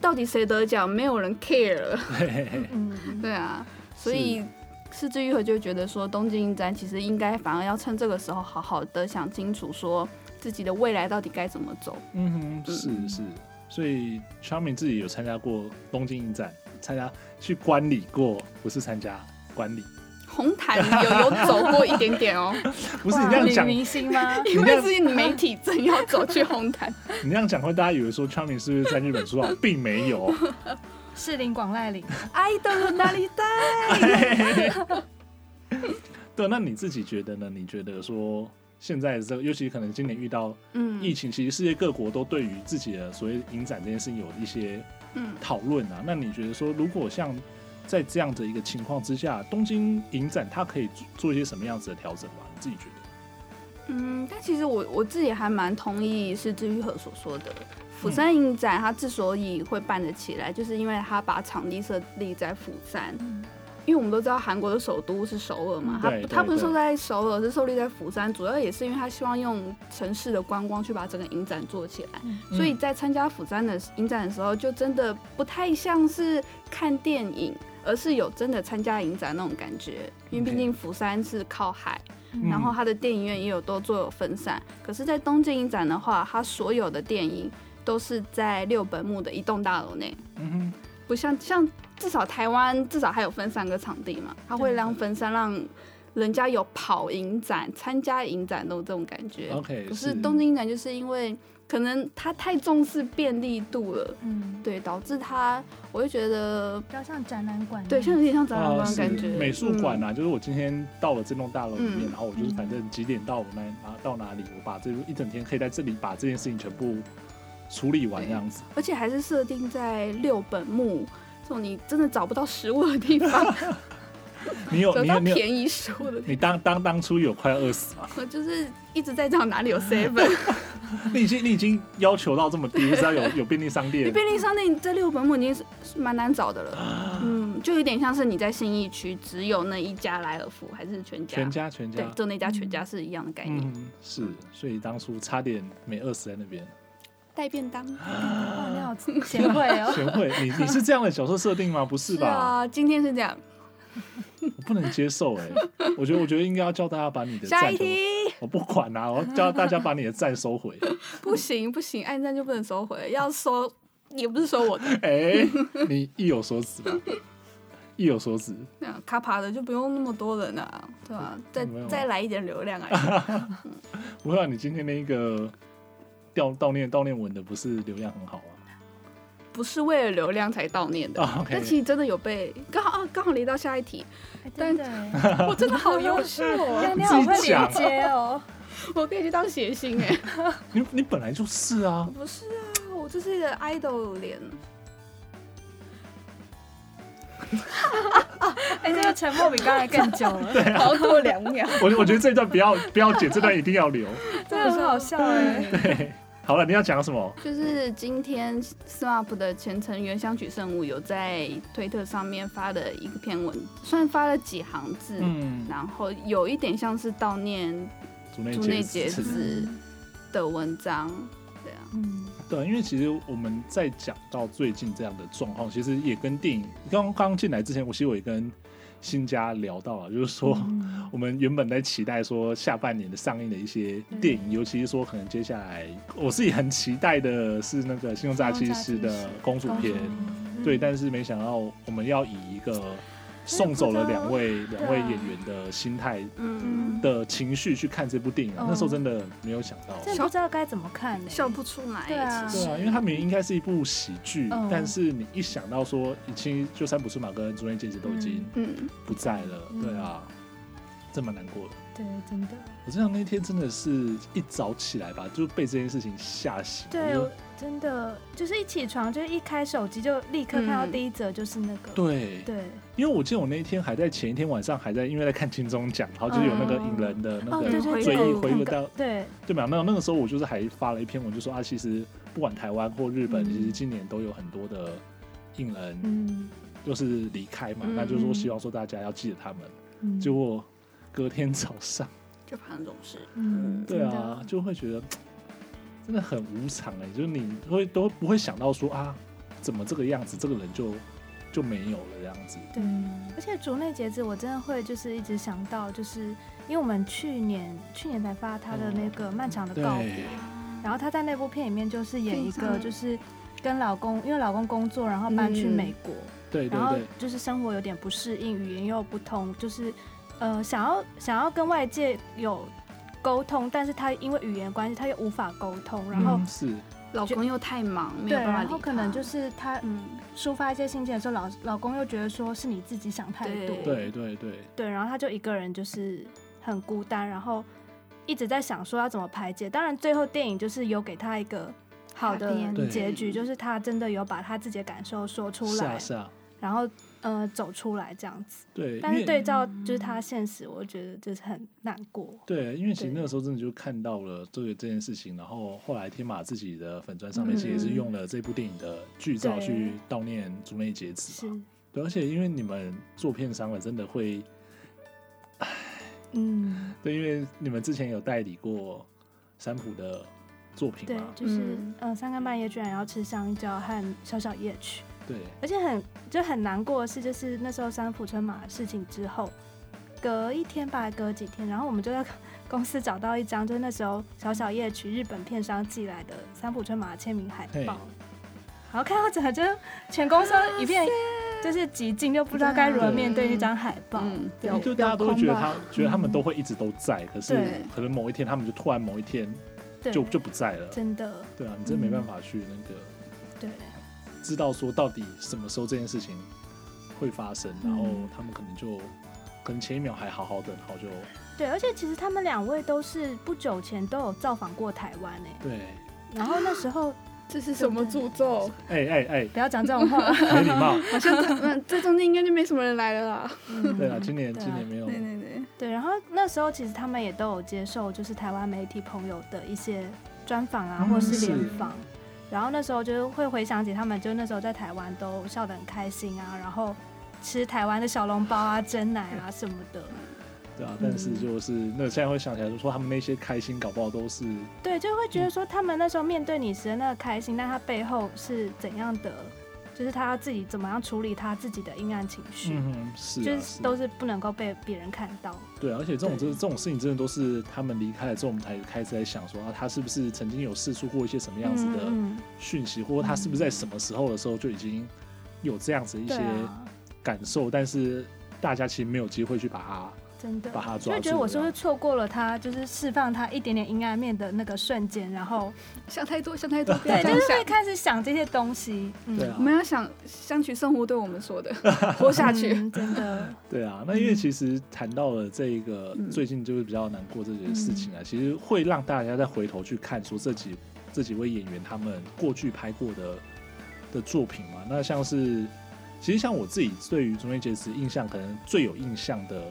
Speaker 2: 到底谁得奖，没有人 care 了。 [laughs]
Speaker 1: 嘿嘿嘿
Speaker 3: 嗯，
Speaker 2: 对啊，所以是之愈合就觉得说，东京影展其实应该反而要趁这个时候好好的想清楚，说自己的未来到底该怎么走。
Speaker 1: 嗯哼，是
Speaker 2: 嗯
Speaker 1: 是，所以 Charming 自己有参加过东京影展，参加去观礼过，不是参加观礼，
Speaker 2: 红毯有有走过一点点 [laughs] 哦，
Speaker 1: 不是你这样
Speaker 3: 哇
Speaker 1: 讲，
Speaker 3: 女
Speaker 1: 你
Speaker 3: 明星吗？ [laughs]
Speaker 2: 因为是媒体正要走去红毯，
Speaker 1: 这样讲会大家以为说 Charming 是不是在日本出道，并没有。
Speaker 3: 士林广濑铃，
Speaker 2: [laughs] 爱的哪里大？
Speaker 1: 对，那你自己觉得呢？你觉得说现在这个，尤其可能今年遇到
Speaker 2: 嗯
Speaker 1: 疫情，其实世界各国都对于自己的所谓影展这件事情有一些
Speaker 2: 嗯，
Speaker 1: 讨论啊。那你觉得说，如果像在这样的一个情况之下，东京影展它可以做做一些什么样子的调整吗？你自己觉得？
Speaker 2: 嗯，但其实我我自己还蛮同意是治愈和所说的，釜
Speaker 1: 嗯
Speaker 2: 山影展它之所以会办得起来，就是因为它把场地设立在釜山。因为我们都知道韩国的首都是首尔嘛，它
Speaker 1: 嗯对对
Speaker 2: 它不是
Speaker 1: 对
Speaker 2: 设在首尔，是设立在釜山，主要也是因为它希望用城市的观光去把整个影展做起来。所
Speaker 1: 嗯
Speaker 2: 以在参加釜山的影展的时候，就真的不太像是看电影，而是有真的参加影展那种感觉。因为毕竟釜山是靠海，
Speaker 1: 嗯
Speaker 2: 然后它的电影院也有都做有分散。可是，在东京影展的话，它所有的电影都是在六本木的一栋大楼内，
Speaker 1: 嗯哼，
Speaker 2: 不像像至少台湾至少还有分三个场地嘛，它会让分散让人家有跑影展、参加影展都这种感觉。
Speaker 1: OK，
Speaker 2: 可是东京影展就是因为可能他太重视便利度了，
Speaker 3: 嗯，
Speaker 2: 对，导致他我会觉得，
Speaker 3: 比较像展览馆那
Speaker 2: 对，像
Speaker 3: 样，
Speaker 2: 有点像展览
Speaker 1: 啊，
Speaker 2: 馆
Speaker 1: 是
Speaker 2: 感觉，
Speaker 1: 美术
Speaker 2: 嗯
Speaker 1: 馆啊，就是我今天到了这栋大楼里面，
Speaker 2: 嗯
Speaker 1: 然后我就是反正几点到我那啊到哪里，我把这一整天可以在这里把这件事情全部处理完
Speaker 2: 对
Speaker 1: 这样子。
Speaker 2: 而且还是设定在六本木这种你真的找不到食物的
Speaker 1: [laughs]
Speaker 2: 地方，
Speaker 1: 你有
Speaker 2: 找
Speaker 1: 哦你
Speaker 2: 到
Speaker 1: 有你有
Speaker 2: 便宜食物的地
Speaker 1: 你当当当初有快饿死吗？
Speaker 2: 方，就是一直在找
Speaker 1: [laughs]
Speaker 2: 哪里有 seven。 [laughs]
Speaker 1: 你已经你已经要求到这么低，你知道有有便利商
Speaker 2: 你
Speaker 1: 店，
Speaker 2: 便利商店在六本木已经是是蛮难找的
Speaker 1: 啊
Speaker 2: 了，嗯，就有点像是你在信义区只有那一家莱尔富还是全家，
Speaker 1: 全家全
Speaker 2: 对
Speaker 1: 家，，
Speaker 2: 就那家全家是一样的概念，
Speaker 1: 嗯，是，所以当初差点没饿死在那边。
Speaker 2: 带便当。
Speaker 3: 哇，你好贤惠哦，
Speaker 1: 贤惠，你你 [laughs] 是这样的角色设定吗？不是
Speaker 2: 是
Speaker 1: 吧？
Speaker 2: 啊，今天是这样。
Speaker 1: 我不能接受
Speaker 2: [laughs]
Speaker 1: 哎、我觉得我觉得应该要叫大家把你的
Speaker 2: 下
Speaker 1: 赞
Speaker 2: 一
Speaker 1: 同
Speaker 2: 题， [laughs]
Speaker 1: 我不管啦、我叫大家把你的赞收回。
Speaker 2: 不行不行，按赞就不能收回，要收也不是收我的，
Speaker 1: 哎、你意有所指吧？意有所指。
Speaker 2: 那卡爬的就不用那么多人了、啊，对吧、再
Speaker 1: 没有
Speaker 2: 再来一点流量啊。
Speaker 1: 不会啊，你今天那个悼悼念悼念文的不是流量很好啊？
Speaker 2: [laughs] 不是为了流量才悼念的。
Speaker 1: 啊
Speaker 2: 但
Speaker 1: ，OK，
Speaker 2: 其实真的有被刚好啊，刚好连到下一题，
Speaker 3: 哎真的耶，
Speaker 2: 我真的好优秀
Speaker 3: 那
Speaker 2: 哦，
Speaker 3: 你好
Speaker 1: [laughs]
Speaker 3: 会
Speaker 1: 自己讲
Speaker 3: 连接哦，
Speaker 2: [laughs] 我可以去当谐星哎。
Speaker 1: 你你本来就是啊，
Speaker 2: [laughs] 不是啊，我这是一个 idol 脸，
Speaker 3: [laughs] 哎，这个沉默比刚才更久
Speaker 1: [laughs]
Speaker 3: 了，
Speaker 2: 熬过两秒，
Speaker 1: 我我觉得这段不要不要剪，这段一定要留。 [laughs]
Speaker 3: 真的很好笑哎，
Speaker 1: 对，好了，你要讲什么？
Speaker 2: 就是今天 SMAP 的前成员香取慎吾有在推特上面发了一篇文，算发了几行字，
Speaker 1: 嗯，
Speaker 2: 然后有一点像是悼念
Speaker 1: 竹内
Speaker 2: 竹内
Speaker 1: 结
Speaker 2: 结
Speaker 1: 子
Speaker 2: 子的文章，对啊，
Speaker 3: 嗯，
Speaker 1: 对，因为其实我们在讲到最近这样的状况，其实也跟电影刚刚进来之前，我其实我也跟新家聊到啊，就是说、
Speaker 3: 嗯
Speaker 1: 我们原本在期待说下半年的上映的一些电影，尤其是说可能接下来我自己很期待的是那个《信用诈欺师》的公主片，
Speaker 3: 嗯
Speaker 1: 对，但是没想到我们要以一个送走了两位两位演员的心态
Speaker 2: 嗯，
Speaker 1: 的情绪去看这部电影、啊，那时候真的没有想到。
Speaker 3: 真的不知道该怎么看欸耶，
Speaker 2: 笑不出
Speaker 3: 对啊
Speaker 2: 来，其
Speaker 1: 对
Speaker 2: 实
Speaker 1: 啊，因为它明明应该是一部喜剧，
Speaker 3: 嗯
Speaker 1: 但是你一想到说，已经就三浦春马跟竹内结子都已经
Speaker 2: 嗯，
Speaker 1: 不在了，
Speaker 3: 嗯
Speaker 1: 对啊，这蛮难过的。
Speaker 3: 对，真的，
Speaker 1: 我这样那天真的是一早起来吧，就被这件事情吓醒。
Speaker 3: 对
Speaker 1: 我就，
Speaker 3: 真的就是一起床就是一开手机就立刻看到
Speaker 1: 嗯
Speaker 3: 第一则就是那个，
Speaker 1: 对，
Speaker 3: 对，
Speaker 1: 因为我记得我那一天还在前一天晚上还在，因为在看金钟奖，然后就有那个影人的那
Speaker 3: 哦，
Speaker 1: 个
Speaker 3: 对对
Speaker 1: 追
Speaker 3: 对，
Speaker 1: 忆
Speaker 2: 嗯
Speaker 1: 回
Speaker 3: 那
Speaker 1: 忆
Speaker 3: 个
Speaker 1: 到
Speaker 3: 对，
Speaker 1: 对嘛？那那个时候我就是还发了一篇文，就说啊，其实不管台湾或日本，
Speaker 3: 嗯
Speaker 1: 其实今年都有很多的影人
Speaker 3: 嗯，
Speaker 1: 就是离开嘛，
Speaker 2: 嗯
Speaker 1: 那就是说希望说大家要记得他们。
Speaker 3: 嗯
Speaker 1: 结果隔天早上，
Speaker 2: 就发生这种事，
Speaker 3: 嗯，
Speaker 1: 对
Speaker 3: 真的
Speaker 1: 啊，就会觉得真的很无常哎、就是你会都不会想到说啊，怎么这个样子，这个人就就没有了这样子。
Speaker 3: 对，
Speaker 4: 嗯
Speaker 3: 而且竹内结子，我真的会就是一直想到，就是因为我们去年去年才发他的那个漫长的
Speaker 1: 对
Speaker 3: 告别，然后他在那部片里面就是演一个就是跟老公，因为老公工作，然后搬
Speaker 2: 嗯
Speaker 3: 去美国，
Speaker 1: 对对
Speaker 3: 然后
Speaker 1: 对，
Speaker 3: 就是生活有点不适应，语言又不通，就是呃想要想要跟外界有沟通，但是他因为语言关系他又无法沟通，然后、
Speaker 1: 嗯是
Speaker 2: 老公又太忙，没
Speaker 3: 对，
Speaker 2: 有办法
Speaker 3: 然
Speaker 2: 理
Speaker 3: 后
Speaker 2: 他，
Speaker 3: 可能就是他
Speaker 2: 嗯，
Speaker 3: 抒发一些心情的时候，老老公又觉得说是你自己想太多，
Speaker 1: 对
Speaker 2: 对
Speaker 1: 对对，
Speaker 3: 对，然后他就一个人就是很孤单，然后一直在想说要怎么排解。当然，最后电影就是有给他一个好
Speaker 2: Happy
Speaker 3: 的
Speaker 2: ending
Speaker 3: 结局，就是他真的有把他自己的感受说出
Speaker 1: 是
Speaker 3: 来，
Speaker 1: 啊是啊，
Speaker 3: 然后呃走出来这样子。
Speaker 1: 对，
Speaker 3: 但
Speaker 1: 因
Speaker 3: 是
Speaker 1: 为
Speaker 3: 对照就是他现实，我觉得就是很难过。
Speaker 1: 对，因为其实
Speaker 3: 对
Speaker 1: 那个时候真的就看到了这个这件事情，然后后来天马自己的粉砖上面其实也是
Speaker 3: 嗯
Speaker 1: 用了这部电影的剧照
Speaker 3: 对
Speaker 1: 去悼念竹内结子
Speaker 3: 是
Speaker 1: 嘛。，对，而且因为你们做片商了，真的会
Speaker 3: 嗯，
Speaker 1: 对，因为你们之前有代理过三浦的作品
Speaker 3: 对
Speaker 1: 嘛，，
Speaker 3: 就是
Speaker 2: 嗯
Speaker 3: 呃三更半夜居然要吃香蕉和小小夜曲。
Speaker 1: 对，
Speaker 3: 而且很就很难过的是，就是那时候三浦春马的事情之后，隔一天吧，隔几天，然后我们就在 [laughs] 公司找到一张，就是那时候小小夜曲日本片商寄来的三浦春马的签名海
Speaker 1: 嘿
Speaker 3: 报，然后看到整个就是全公司都一片就是极尽又不知道该如何面对那张海报。
Speaker 2: 嗯，
Speaker 3: 有
Speaker 1: 就大家都会觉得他
Speaker 3: 有空吧嗯
Speaker 1: 觉得他们都会一直都在，可是
Speaker 3: 对
Speaker 1: 可能某一天他们就突然某一天
Speaker 3: 对，嗯
Speaker 1: 就就不在了。
Speaker 3: 真的
Speaker 1: 对啊，你真的没办法去那个
Speaker 3: 对，
Speaker 1: 知道说到底什么时候这件事情会发生，
Speaker 3: 嗯
Speaker 1: 然后他们可能就可能前一秒还好好的，然后就
Speaker 3: 对，而且其实他们两位都是不久前都有造访过台湾诶、
Speaker 1: 对，
Speaker 3: 然后那时候
Speaker 2: 这是什么诅咒？
Speaker 1: 哎哎
Speaker 3: 不要讲这种话，
Speaker 1: 哎，没礼
Speaker 3: [laughs]
Speaker 1: 貌。
Speaker 2: 好像这那这中间应该就没什么人来了啦。
Speaker 1: [laughs]
Speaker 3: 嗯
Speaker 1: 对啊，今年
Speaker 3: 对啊
Speaker 1: 今年没有
Speaker 2: [laughs] 对对对，
Speaker 3: 对，然后那时候其实他们也都有接受，就是台湾媒体朋友的一些专访啊，
Speaker 1: 嗯
Speaker 3: 或是
Speaker 1: 是
Speaker 3: 联访。然后那时候就是会回想起他们，就那时候在台湾都笑得很开心啊，然后吃台湾的小笼包啊、蒸奶啊什么的。
Speaker 1: 对
Speaker 3: 嗯
Speaker 1: 啊，但是就是那现在会想起来，就说他们那些开心，搞不好都是
Speaker 3: 对，就会
Speaker 1: 嗯
Speaker 3: 觉得说他们那时候面对你时的那个开心，但他背后是怎样的，就是他要自己怎么样处理他自己的阴暗情绪，
Speaker 1: 嗯哼是
Speaker 3: 就
Speaker 1: 啊
Speaker 3: 是
Speaker 1: 是
Speaker 3: 都
Speaker 1: 啊
Speaker 3: 是不能够被别人看到。
Speaker 1: 对啊，而且这种这
Speaker 3: 对
Speaker 1: 这种事情真的都是他们离开了之后，我们才开始在想说啊，他是不是曾经有试出过一些什么样子的
Speaker 3: 嗯嗯
Speaker 1: 讯息，或者他是不是在什么时候的时候就已经有这样子一
Speaker 3: 对
Speaker 1: 些
Speaker 3: 啊，
Speaker 1: 感受，但是大家其实没有机会去把它。
Speaker 3: 真的
Speaker 1: 把他
Speaker 3: 就
Speaker 1: 抓
Speaker 3: 会觉
Speaker 1: 住
Speaker 3: 得我
Speaker 1: 这
Speaker 3: 是不是
Speaker 1: 样
Speaker 3: 错过了他，就是释放他一点点阴暗面的那个瞬间，然后
Speaker 2: 想太多，想太多，不要
Speaker 3: 对，
Speaker 2: 这
Speaker 3: 就
Speaker 2: 样
Speaker 3: 是
Speaker 2: 想
Speaker 3: 会。开始想这些东西。嗯，
Speaker 1: 对啊
Speaker 2: 我们要想想取圣湖对我们说 [laughs] 的，活下去。
Speaker 3: 嗯真的，
Speaker 1: 对啊，那因为其实谈到了这一个、
Speaker 2: 嗯
Speaker 1: 最近就是比较难过这件事情啊，
Speaker 3: 嗯
Speaker 1: 其实会让大家再回头去看说这几这几位演员他们过去拍过的的作品嘛。那像是其实像我自己对于中间节食印象可能最有印象的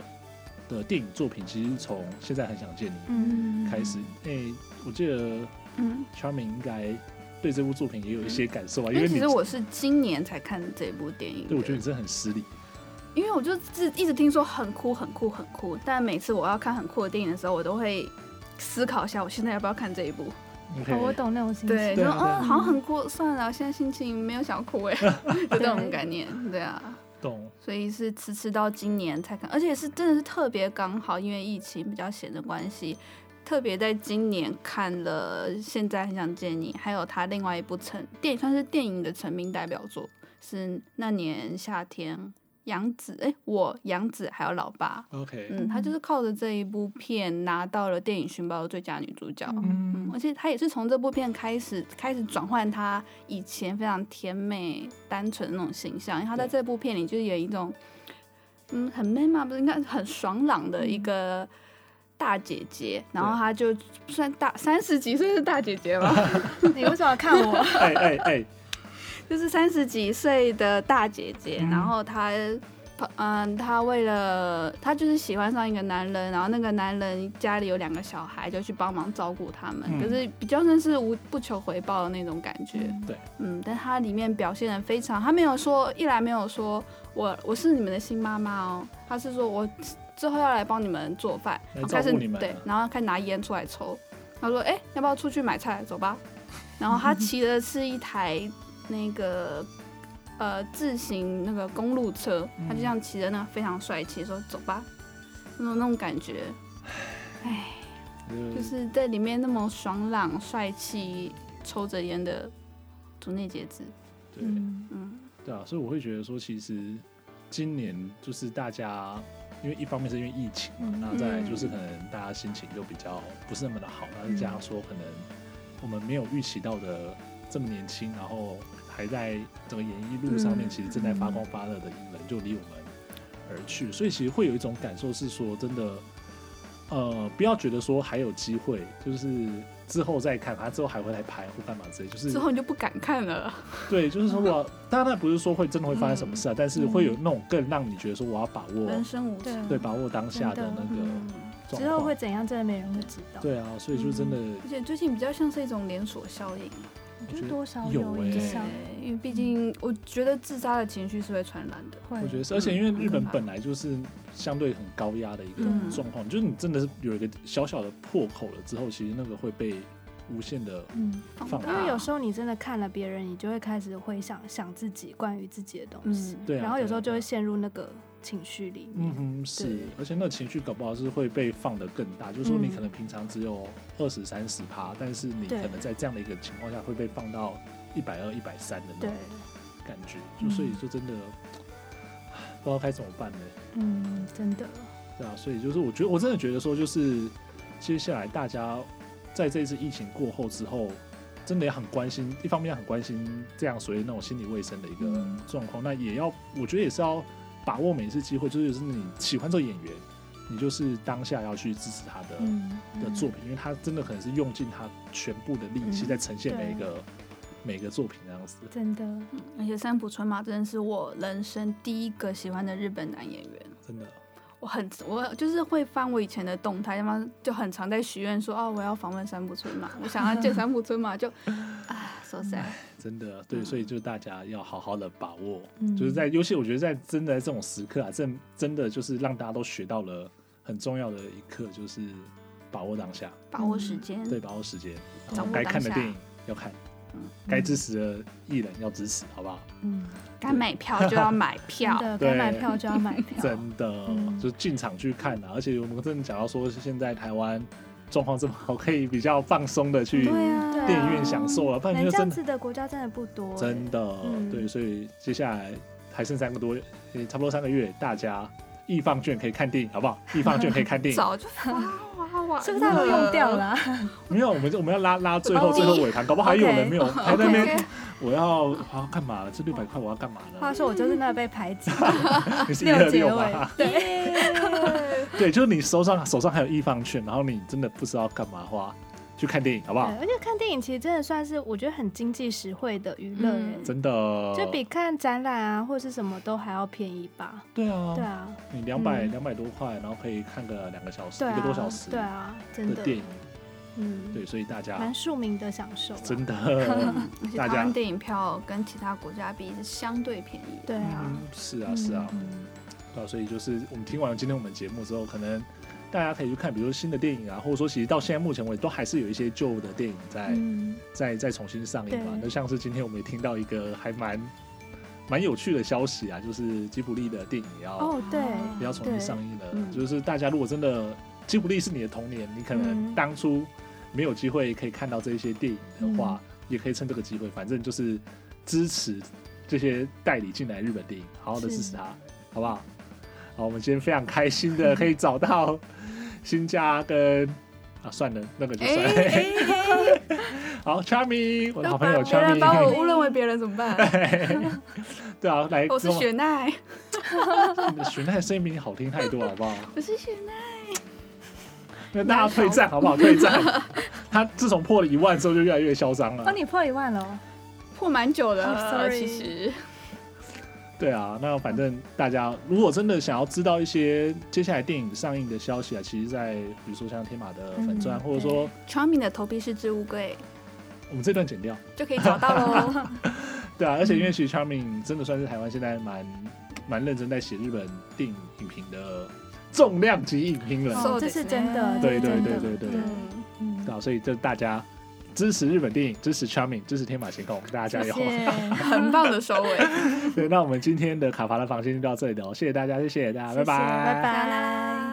Speaker 1: 的电影作品，其实是从现在很想见你
Speaker 3: 嗯，
Speaker 1: 开始。诶、我记得
Speaker 2: 嗯，
Speaker 1: Charming 应该对这部作品也有一
Speaker 3: 嗯
Speaker 1: 些感受啊，因
Speaker 2: 因
Speaker 1: 为
Speaker 2: 为其
Speaker 1: 你
Speaker 2: 实我是今年才看这部电影的，
Speaker 1: 对我觉得你真的很失礼。
Speaker 2: 因为我就自一直听说很酷很酷很酷，但每次我要看很酷的电影的时候，我都会思考一下，我现在要不要看这一部？
Speaker 1: OK
Speaker 3: 哦我懂那种心情。
Speaker 2: 对，
Speaker 1: 对
Speaker 2: 然
Speaker 1: 啊
Speaker 2: 后
Speaker 1: 对啊
Speaker 2: 嗯，好像很酷，算了，现在心情没有想要哭哎， [laughs] 就这种感念，对啊，
Speaker 1: 懂。
Speaker 2: 所以是迟迟到今年才看，而且是真的是特别刚好，因为疫情比较闲的关系。特别在今年看了《现在很想见你》，还有他另外一部成电算是电影的成名代表作，是那年夏天杨紫哎、我杨紫还有老爸，
Speaker 1: OK，
Speaker 2: 嗯，她就是靠着这一部片拿到了电影寻宝的最佳女主角，嗯，而且她也是从这部片开始开始转换她以前非常甜美单纯的那种形象，因为她在
Speaker 1: 对
Speaker 2: 这部片里就是有一种，嗯，很 man 嘛，不是应该很爽朗的一个大姐姐，然后她就算大三十几岁是大姐姐吧，
Speaker 3: [laughs] 你为什么看我？
Speaker 1: 哎哎哎，
Speaker 2: 就是三十几岁的大姐姐，
Speaker 1: 嗯
Speaker 2: 然后她。嗯，她为了呃她就是喜欢上一个男人，然后那个男人家里有两个小孩，就去帮忙照顾他们，
Speaker 1: 嗯
Speaker 2: 可是比较算是无不求回报的那种感觉。
Speaker 1: 对，
Speaker 2: 嗯，但她里面表现的非常，她没有说一来没有说我我是你们的新妈妈哦，她是说我之后要来帮你们做饭，
Speaker 1: 来
Speaker 2: 然后
Speaker 1: 照
Speaker 2: 开始
Speaker 1: 顾你们
Speaker 2: 对
Speaker 1: 啊，
Speaker 2: 然后开始拿烟出来抽。他说：“哎、要不要出去买菜？走吧。”然后他骑的是一台那个呃自行那个公路车，
Speaker 1: 嗯
Speaker 2: 他就这样骑着那个非常帅气，说：“走吧。”那种那种感觉，哎，就
Speaker 1: 就是
Speaker 2: 是在里面那么爽朗帅气，抽着烟的竹内结子，
Speaker 1: 对
Speaker 3: 嗯，
Speaker 2: 嗯，
Speaker 1: 对啊，所以我会觉得说，其实今年就是大家，因为一方面是因为疫情嘛，
Speaker 2: 嗯
Speaker 1: 那再来就是可能大家心情就比较不是那么的好，
Speaker 2: 嗯
Speaker 1: 那再加上说可能我们没有预期到的这么年轻，然后还在整个演艺路上面
Speaker 2: 嗯
Speaker 1: 其实正在发光发热的艺人就离我们而去，所以其实会有一种感受是说，真的，呃，不要觉得说还有机会，就是之后再看，他啊之后还会来拍或干嘛之类，就是
Speaker 2: 之后你就不敢看了，
Speaker 1: 对，就是说我，当然不是说会真的会发生什么事
Speaker 3: 嗯
Speaker 1: 啊，但是会有那种更让你觉得说我要把握，
Speaker 2: 人生无常。
Speaker 1: 对，把握当下的那
Speaker 3: 真
Speaker 1: 个
Speaker 2: 嗯，
Speaker 1: 状
Speaker 3: 之后会嗯
Speaker 1: 况。
Speaker 3: 怎样，真的没人会知道。
Speaker 1: 对啊，所以就真的，
Speaker 2: 而且最近比较像是一种连锁效应。
Speaker 3: 我
Speaker 1: 我
Speaker 3: 觉
Speaker 1: 觉得
Speaker 3: 得多少
Speaker 1: 有
Speaker 3: 有
Speaker 1: 欸
Speaker 3: 影
Speaker 2: 对
Speaker 3: 响。，
Speaker 2: 因为毕竟我觉得自杀的情绪是会传染的。
Speaker 3: 会
Speaker 1: 我觉得是，而且因为
Speaker 2: 嗯
Speaker 1: 日本
Speaker 2: 很可怕
Speaker 1: 本来就是相对很高压的一个
Speaker 2: 嗯
Speaker 1: 状况，就是你真的是有一个小小的破口了之后，其实那个会被无限的，
Speaker 3: 嗯，
Speaker 1: 放大
Speaker 3: 因为有时
Speaker 2: 候，
Speaker 3: 候你真的看了别人，你就会开始会想想自己关于自己的东西，
Speaker 2: 嗯，
Speaker 1: 对啊，
Speaker 3: 然后有
Speaker 1: 对啊
Speaker 3: 时候就
Speaker 1: 对
Speaker 3: 会
Speaker 1: 啊
Speaker 3: 陷入那个情绪里面
Speaker 1: 嗯。哼，是
Speaker 3: 对，
Speaker 1: 而且那情绪搞不好是会被放得更大，就是说你
Speaker 3: 嗯
Speaker 1: 可能平常只有二十三十趴，但是你可
Speaker 3: 对
Speaker 1: 能在这样的一个情况下会被放到一百二、一百三的那
Speaker 3: 对
Speaker 1: 种，感觉，就所以
Speaker 3: 嗯
Speaker 1: 就真的不知道该怎么办呢。
Speaker 3: 嗯，真的，
Speaker 1: 对啊，所以就是我觉得我真的觉得说，就是接下来大家在这次疫情过后之后，真的也很关心，一方面很关心这样所谓那种心理卫生的一个
Speaker 3: 嗯
Speaker 1: 状况，那也要我觉得也是要把握每一次机会，就是就是你喜欢这个演员，你就是当下要去支持他的、
Speaker 3: 嗯，
Speaker 1: 的作品，因为他真的可能是用尽他全部的力气
Speaker 3: 嗯
Speaker 1: 在呈现
Speaker 3: 对
Speaker 1: 每一个、每个作品这样子。
Speaker 3: 真的，
Speaker 2: 嗯而且三浦春马真的是我人生第一个喜欢的日本男演员。
Speaker 1: 真的，
Speaker 2: 我很我就是会翻我以前的动态，要么就很常在许愿说哦，我要访问三浦春 [laughs] 马，我想要见三浦春马，就啊，so sad。
Speaker 1: 真的，对，
Speaker 2: 嗯
Speaker 1: 所以就大家要好好的把握，
Speaker 3: 嗯
Speaker 1: 就是在，尤其我觉得在真的在这种时刻啊，真真的就是让大家都学到了很重要的一课，就是把握当下，
Speaker 2: 把握时间，
Speaker 1: 对，把握时间，然后
Speaker 2: 掌嗯握
Speaker 1: 该看的
Speaker 2: 当下
Speaker 1: 电影要看
Speaker 2: 嗯，
Speaker 1: 该支持的艺人要支持，好不好？
Speaker 3: 嗯，
Speaker 2: 该买票就要买
Speaker 3: 真
Speaker 2: [laughs] 票，
Speaker 3: 的，
Speaker 1: 对
Speaker 3: 该买票就要买
Speaker 1: [laughs]
Speaker 3: 票，
Speaker 1: 真的，
Speaker 3: 嗯
Speaker 1: 就进场去看啊！而且我们真的讲到说，现在台湾状况这么好，可以比较放松的去
Speaker 3: 对啊，
Speaker 1: 电影院享受了，不然
Speaker 3: 能
Speaker 1: 就
Speaker 3: 这
Speaker 1: 真
Speaker 3: 样
Speaker 1: 的
Speaker 3: 子的国家真的不多欸，
Speaker 1: 真的、
Speaker 3: 嗯
Speaker 1: 对，所以接下来还剩三个多，也差不多三个月，大家易放券可以看电影，好不好？易放券可以看
Speaker 3: [laughs]
Speaker 1: 电影，
Speaker 2: 早就哇哇哇，
Speaker 3: 是不是他都用掉了？啊？
Speaker 1: 没有，我们就我们要拉拉最
Speaker 3: 哦
Speaker 1: 后最后尾盘，搞不好还有人没
Speaker 3: [laughs]
Speaker 1: 有，还在那
Speaker 2: OK，
Speaker 1: 边我要我要干嘛了？这六百块我要干嘛
Speaker 3: 话
Speaker 1: 呢？
Speaker 3: 说我就是那被排
Speaker 1: [laughs]
Speaker 3: 挤，
Speaker 1: 你是一二
Speaker 3: 六结
Speaker 1: 六
Speaker 3: 尾
Speaker 1: 吗？，
Speaker 3: 对，
Speaker 2: 对？
Speaker 1: [laughs] 对，就是你手上手上还有易放券，然后你真的不知道干嘛的话，去看电影好不好
Speaker 3: 对？而且看电影其实真的算是我觉得很经济实惠的娱乐耶，
Speaker 2: 嗯
Speaker 1: 真的，
Speaker 3: 就比看展览啊或是什么都还要便宜吧？
Speaker 1: 对啊，
Speaker 3: 对啊，
Speaker 1: 你两百
Speaker 3: 嗯
Speaker 1: 两百多块，然后可以看个两个小时，
Speaker 3: 对
Speaker 1: 一个
Speaker 3: 啊
Speaker 1: 多小时
Speaker 3: 对啊，真
Speaker 1: 的
Speaker 3: 的
Speaker 1: 电，影，
Speaker 3: 嗯，
Speaker 1: 对，所以大家
Speaker 3: 蛮庶民的享受啊，
Speaker 1: 真的。
Speaker 2: 而且
Speaker 1: 大
Speaker 2: 台
Speaker 1: 家
Speaker 2: 湾电影票跟其他国家比是相对便宜的。
Speaker 3: 对啊
Speaker 1: 嗯，，是啊，是啊，
Speaker 3: 嗯
Speaker 1: 对啊，所以就是我们听完今天我们节目之后，可能大家可以去看，比如说新的电影啊，或者说其实到现在目前为止都还是有一些旧的电影在、
Speaker 3: 嗯，
Speaker 1: 在在重新上映嘛
Speaker 3: 对。
Speaker 1: 那像是今天我们也听到一个还蛮蛮有趣的消息啊，就是吉卜力的电影也要、
Speaker 3: 哦对，
Speaker 1: 也要重新
Speaker 3: 对
Speaker 1: 上映了。
Speaker 2: 嗯
Speaker 1: 就是大家如果真的吉卜力是你的童年，你可能
Speaker 3: 嗯
Speaker 1: 当初没有机会可以看到这些电影的话，
Speaker 2: 嗯
Speaker 1: 也可以趁这个机会，反正就是支持这些代理进来日本电影，好好的
Speaker 3: 是
Speaker 1: 支持他，好不好？好，我们今天非常开心的可以找到新家跟啊，算了，那个 [laughs] 就
Speaker 2: 哎
Speaker 1: 算了。 [laughs]
Speaker 2: 哎，
Speaker 1: 好，Charmy，我的好朋友
Speaker 2: 别人把
Speaker 1: Charmy，
Speaker 2: 我误认为别人怎么办？
Speaker 1: [laughs] 对啊，来，
Speaker 2: 我是
Speaker 1: 跟
Speaker 2: 雪奈，
Speaker 1: 们 [laughs] 雪奈的声音比你好听太多，好不好？
Speaker 2: 我是雪奈，
Speaker 1: 那 [laughs] 大家退战好不好？退战。 [laughs] 他自从破了一万之后就越来越嚣张
Speaker 3: 哦
Speaker 1: 了。
Speaker 3: 你破一万了哦，
Speaker 2: [laughs] 破蛮久
Speaker 3: 哦
Speaker 2: 了，呃
Speaker 3: ，sorry
Speaker 2: 其实
Speaker 1: 对啊，那反正大家如果真的想要知道一些接下来电影上映的消息啊，其实在比如说像天马的粉钻，
Speaker 3: 嗯
Speaker 1: 或者说
Speaker 2: Charming 的头皮是只乌龟，
Speaker 1: 我们这段剪掉。
Speaker 2: 就可以找到喽。
Speaker 1: 对啊，而且因
Speaker 3: 嗯
Speaker 1: 为其实 Charming 真的算是台湾现在蛮蛮认真在写日本电影影评的重量级影评人，
Speaker 2: So
Speaker 3: 哦这是真的，
Speaker 2: 对
Speaker 3: 这是真
Speaker 1: 对
Speaker 3: 的
Speaker 1: 对对对
Speaker 2: [laughs] 嗯，
Speaker 3: 嗯
Speaker 1: 对，啊，所以就大家支持日本电影，支持 Charming，支持天马行空，大家加
Speaker 3: 谢
Speaker 1: 油！
Speaker 3: 谢。
Speaker 2: [laughs] 很棒的收尾，
Speaker 1: 对，那我们今天的卡法的房间就到这里了哦，谢谢大家，谢谢大家，
Speaker 3: 谢谢
Speaker 1: 拜
Speaker 3: 拜拜
Speaker 2: 拜拜。